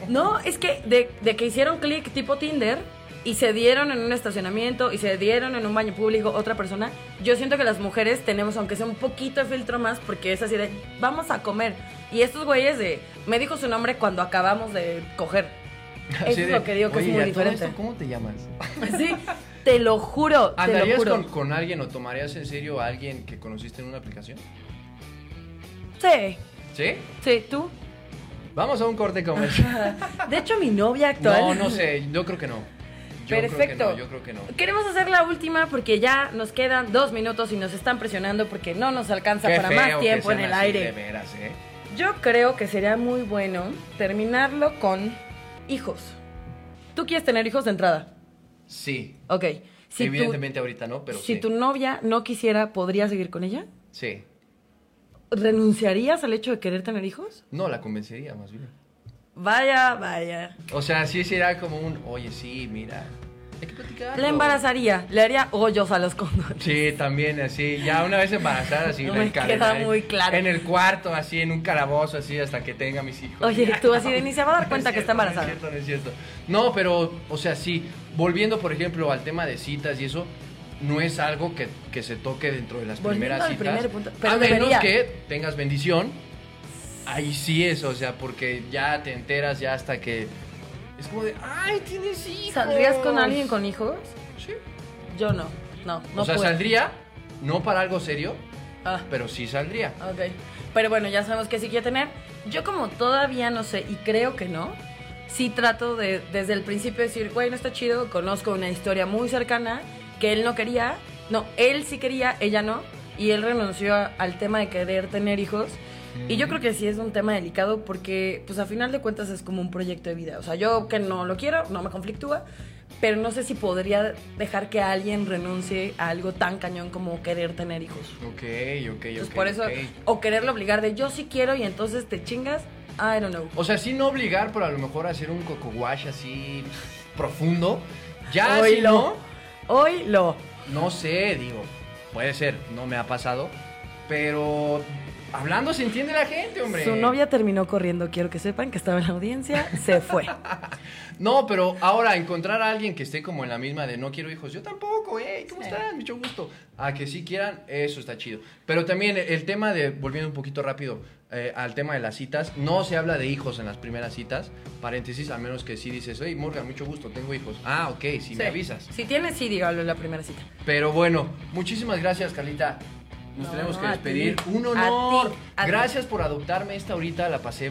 [SPEAKER 2] No, es que de, de que hicieron clic tipo Tinder y se dieron en un estacionamiento y se dieron en un baño público otra persona, yo siento que las mujeres tenemos, aunque sea un poquito de filtro más, porque es así de, vamos a comer. Y estos güeyes de, me dijo su nombre cuando acabamos de coger. Eso
[SPEAKER 1] Así
[SPEAKER 2] es
[SPEAKER 1] de,
[SPEAKER 2] lo que digo que
[SPEAKER 1] "Oye,
[SPEAKER 2] es
[SPEAKER 1] ¿y
[SPEAKER 2] muy
[SPEAKER 1] a todo
[SPEAKER 2] diferente.
[SPEAKER 1] esto ¿Cómo te llamas?
[SPEAKER 2] Sí, te lo juro, te lo
[SPEAKER 1] ¿Andarías
[SPEAKER 2] juro.
[SPEAKER 1] con, con alguien o tomarías en serio a alguien que conociste en una aplicación?
[SPEAKER 2] Sí,
[SPEAKER 1] ¿Sí?
[SPEAKER 2] sí, tú.
[SPEAKER 1] Vamos a un corte comercial.
[SPEAKER 2] De hecho, mi novia actual.
[SPEAKER 1] No, no sé, yo creo que no. Yo creo que
[SPEAKER 2] Perfecto.
[SPEAKER 1] no, yo creo que no.
[SPEAKER 2] Queremos hacer la última porque ya nos quedan dos minutos y nos están presionando porque no nos alcanza para más tiempo en el aire.
[SPEAKER 1] ¿eh?
[SPEAKER 2] Yo creo que sería muy bueno terminarlo con hijos. ¿Tú quieres tener hijos de entrada?
[SPEAKER 1] Sí.
[SPEAKER 2] Ok. Si tu-
[SPEAKER 1] Evidentemente ahorita no, pero
[SPEAKER 2] si
[SPEAKER 1] sí.
[SPEAKER 2] tu novia no quisiera, ¿podría seguir con ella?
[SPEAKER 1] Sí.
[SPEAKER 2] ¿Renunciarías al hecho de querer tener hijos?
[SPEAKER 1] No, la convencería más bien.
[SPEAKER 2] Vaya, vaya.
[SPEAKER 1] O sea, sí será como un, oye, sí, mira, hay que platicar.
[SPEAKER 2] La embarazaría, le haría hoyos a los condones.
[SPEAKER 1] Sí, también así, ya una vez embarazada, así,
[SPEAKER 2] No
[SPEAKER 1] la
[SPEAKER 2] me
[SPEAKER 1] encadenaré.
[SPEAKER 2] queda muy claro.
[SPEAKER 1] En el cuarto, así, en un calabozo, así, hasta que tenga mis hijos.
[SPEAKER 2] Oye, tú así de ni se va a dar
[SPEAKER 1] No
[SPEAKER 2] cuenta
[SPEAKER 1] es
[SPEAKER 2] que está
[SPEAKER 1] cierto,
[SPEAKER 2] embarazada.
[SPEAKER 1] No es cierto, no es cierto. No, pero, o sea, sí, volviendo, por ejemplo, al tema de citas y eso, no es algo que, que se toque dentro de las
[SPEAKER 2] Volviendo
[SPEAKER 1] primeras
[SPEAKER 2] al
[SPEAKER 1] citas.
[SPEAKER 2] primer punto, pero
[SPEAKER 1] a menos
[SPEAKER 2] debería.
[SPEAKER 1] que tengas bendición. Ahí sí es, o sea, porque ya te enteras ya hasta que... Es como de, ay, tienes hijos.
[SPEAKER 2] ¿Saldrías con alguien con hijos?
[SPEAKER 1] Sí.
[SPEAKER 2] Yo no, no, no
[SPEAKER 1] o sea,
[SPEAKER 2] puedo.
[SPEAKER 1] saldría, no para algo serio,
[SPEAKER 2] Ah,
[SPEAKER 1] pero sí saldría.
[SPEAKER 2] ok. Pero bueno, ya sabemos que sí quiero tener. Yo como todavía no sé y creo que no, sí trato de desde el principio decir, güey, no está chido, conozco una historia muy cercana que él no quería, no, él sí quería, ella no, y él renunció a- al tema de querer tener hijos. Y yo creo que sí es un tema delicado porque, pues, a final de cuentas es como un proyecto de vida. O sea, yo que no lo quiero, no me conflictúa, pero no sé si podría dejar que alguien renuncie a algo tan cañón como querer tener hijos.
[SPEAKER 1] Ok, ok,
[SPEAKER 2] Entonces,
[SPEAKER 1] ok.
[SPEAKER 2] por eso,
[SPEAKER 1] ok.
[SPEAKER 2] o quererlo obligar de yo sí quiero y entonces te chingas, I don't know.
[SPEAKER 1] O sea, sí no obligar, pero a lo mejor hacer un coco wash así profundo. Ya si no,
[SPEAKER 2] Oílo. Hoy lo.
[SPEAKER 1] no sé, digo, puede ser, no me ha pasado, pero hablando se entiende la gente, hombre.
[SPEAKER 2] Su novia terminó corriendo, quiero que sepan que estaba en la audiencia, se fue.
[SPEAKER 1] No, pero ahora encontrar a alguien que esté como en la misma de no quiero hijos, yo tampoco, hey, ¿cómo
[SPEAKER 2] Sí.
[SPEAKER 1] están? Mucho gusto. A que sí quieran, eso está chido. Pero también el tema de, volviendo un poquito rápido eh, al tema de las citas, no se habla de hijos en las primeras citas, paréntesis, a menos que sí dices, hey, Morgan, mucho gusto, tengo hijos. Ah, ok, si
[SPEAKER 2] Sí.
[SPEAKER 1] me avisas.
[SPEAKER 2] Si tienes, sí, dígalo en la primera cita.
[SPEAKER 1] Pero bueno, muchísimas gracias, Carlita. Nos
[SPEAKER 2] No,
[SPEAKER 1] tenemos
[SPEAKER 2] no,
[SPEAKER 1] que
[SPEAKER 2] a
[SPEAKER 1] despedir.
[SPEAKER 2] ti.
[SPEAKER 1] Un
[SPEAKER 2] A
[SPEAKER 1] honor.
[SPEAKER 2] ti, a ti.
[SPEAKER 1] gracias por adoptarme esta ahorita. La pasé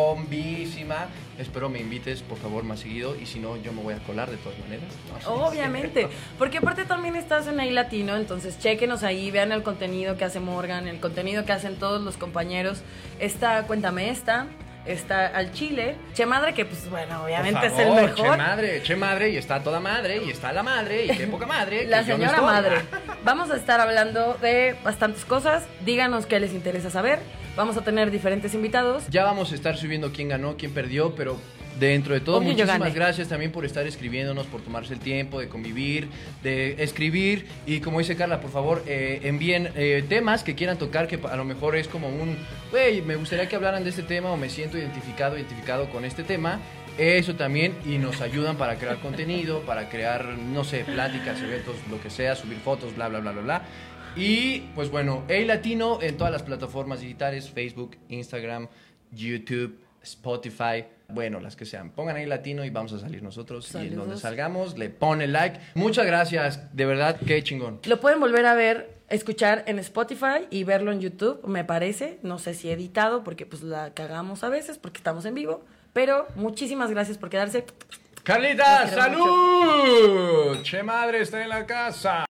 [SPEAKER 1] bombísima. Espero me invites, por favor, más seguido. Y si no, yo me voy a colar de todas maneras. No,
[SPEAKER 2] Obviamente, porque aparte también estás en ahí latino, entonces chequenos ahí, vean el contenido que hace Morgan, el contenido que hacen todos los compañeros. Está Cuéntame Esta, está Al Chile, Che Madre, que pues bueno,
[SPEAKER 1] Por
[SPEAKER 2] obviamente es el
[SPEAKER 1] favor, Che
[SPEAKER 2] mejor.
[SPEAKER 1] madre, che madre, y está toda madre, y está la madre, y qué poca madre. que
[SPEAKER 2] La
[SPEAKER 1] yo no
[SPEAKER 2] señora
[SPEAKER 1] estoy.
[SPEAKER 2] madre. Vamos a estar hablando de bastantes cosas. Díganos qué les interesa saber. Vamos a tener diferentes invitados.
[SPEAKER 1] Ya vamos a estar subiendo quién ganó, quién perdió, pero dentro de todo,
[SPEAKER 2] Obvio, yo
[SPEAKER 1] muchísimas
[SPEAKER 2] gané.
[SPEAKER 1] gracias también por estar escribiéndonos, por tomarse el tiempo de convivir, de escribir. Y como dice Carla, por favor, eh, envíen eh, temas que quieran tocar, que a lo mejor es como un, güey, me gustaría que hablaran de este tema o me siento identificado, identificado con este tema. Eso también, y nos ayudan para crear contenido, para crear, no sé, pláticas, eventos, lo que sea, subir fotos, bla, bla, bla, bla, bla. Y pues bueno, El Latino en todas las plataformas digitales, Facebook, Instagram, YouTube, Spotify, bueno, las que sean. Pongan El Latino y vamos a salir nosotros. Y en
[SPEAKER 2] Saludos.
[SPEAKER 1] donde salgamos, le pone like. Muchas gracias, de verdad, qué chingón.
[SPEAKER 2] Lo pueden volver a ver, escuchar en Spotify y verlo en YouTube, me parece. No sé si editado, porque pues la cagamos a veces, porque estamos en vivo. Pero muchísimas gracias por quedarse.
[SPEAKER 1] Carlita,
[SPEAKER 2] Los quiero
[SPEAKER 1] salud. Che madre, está en la casa.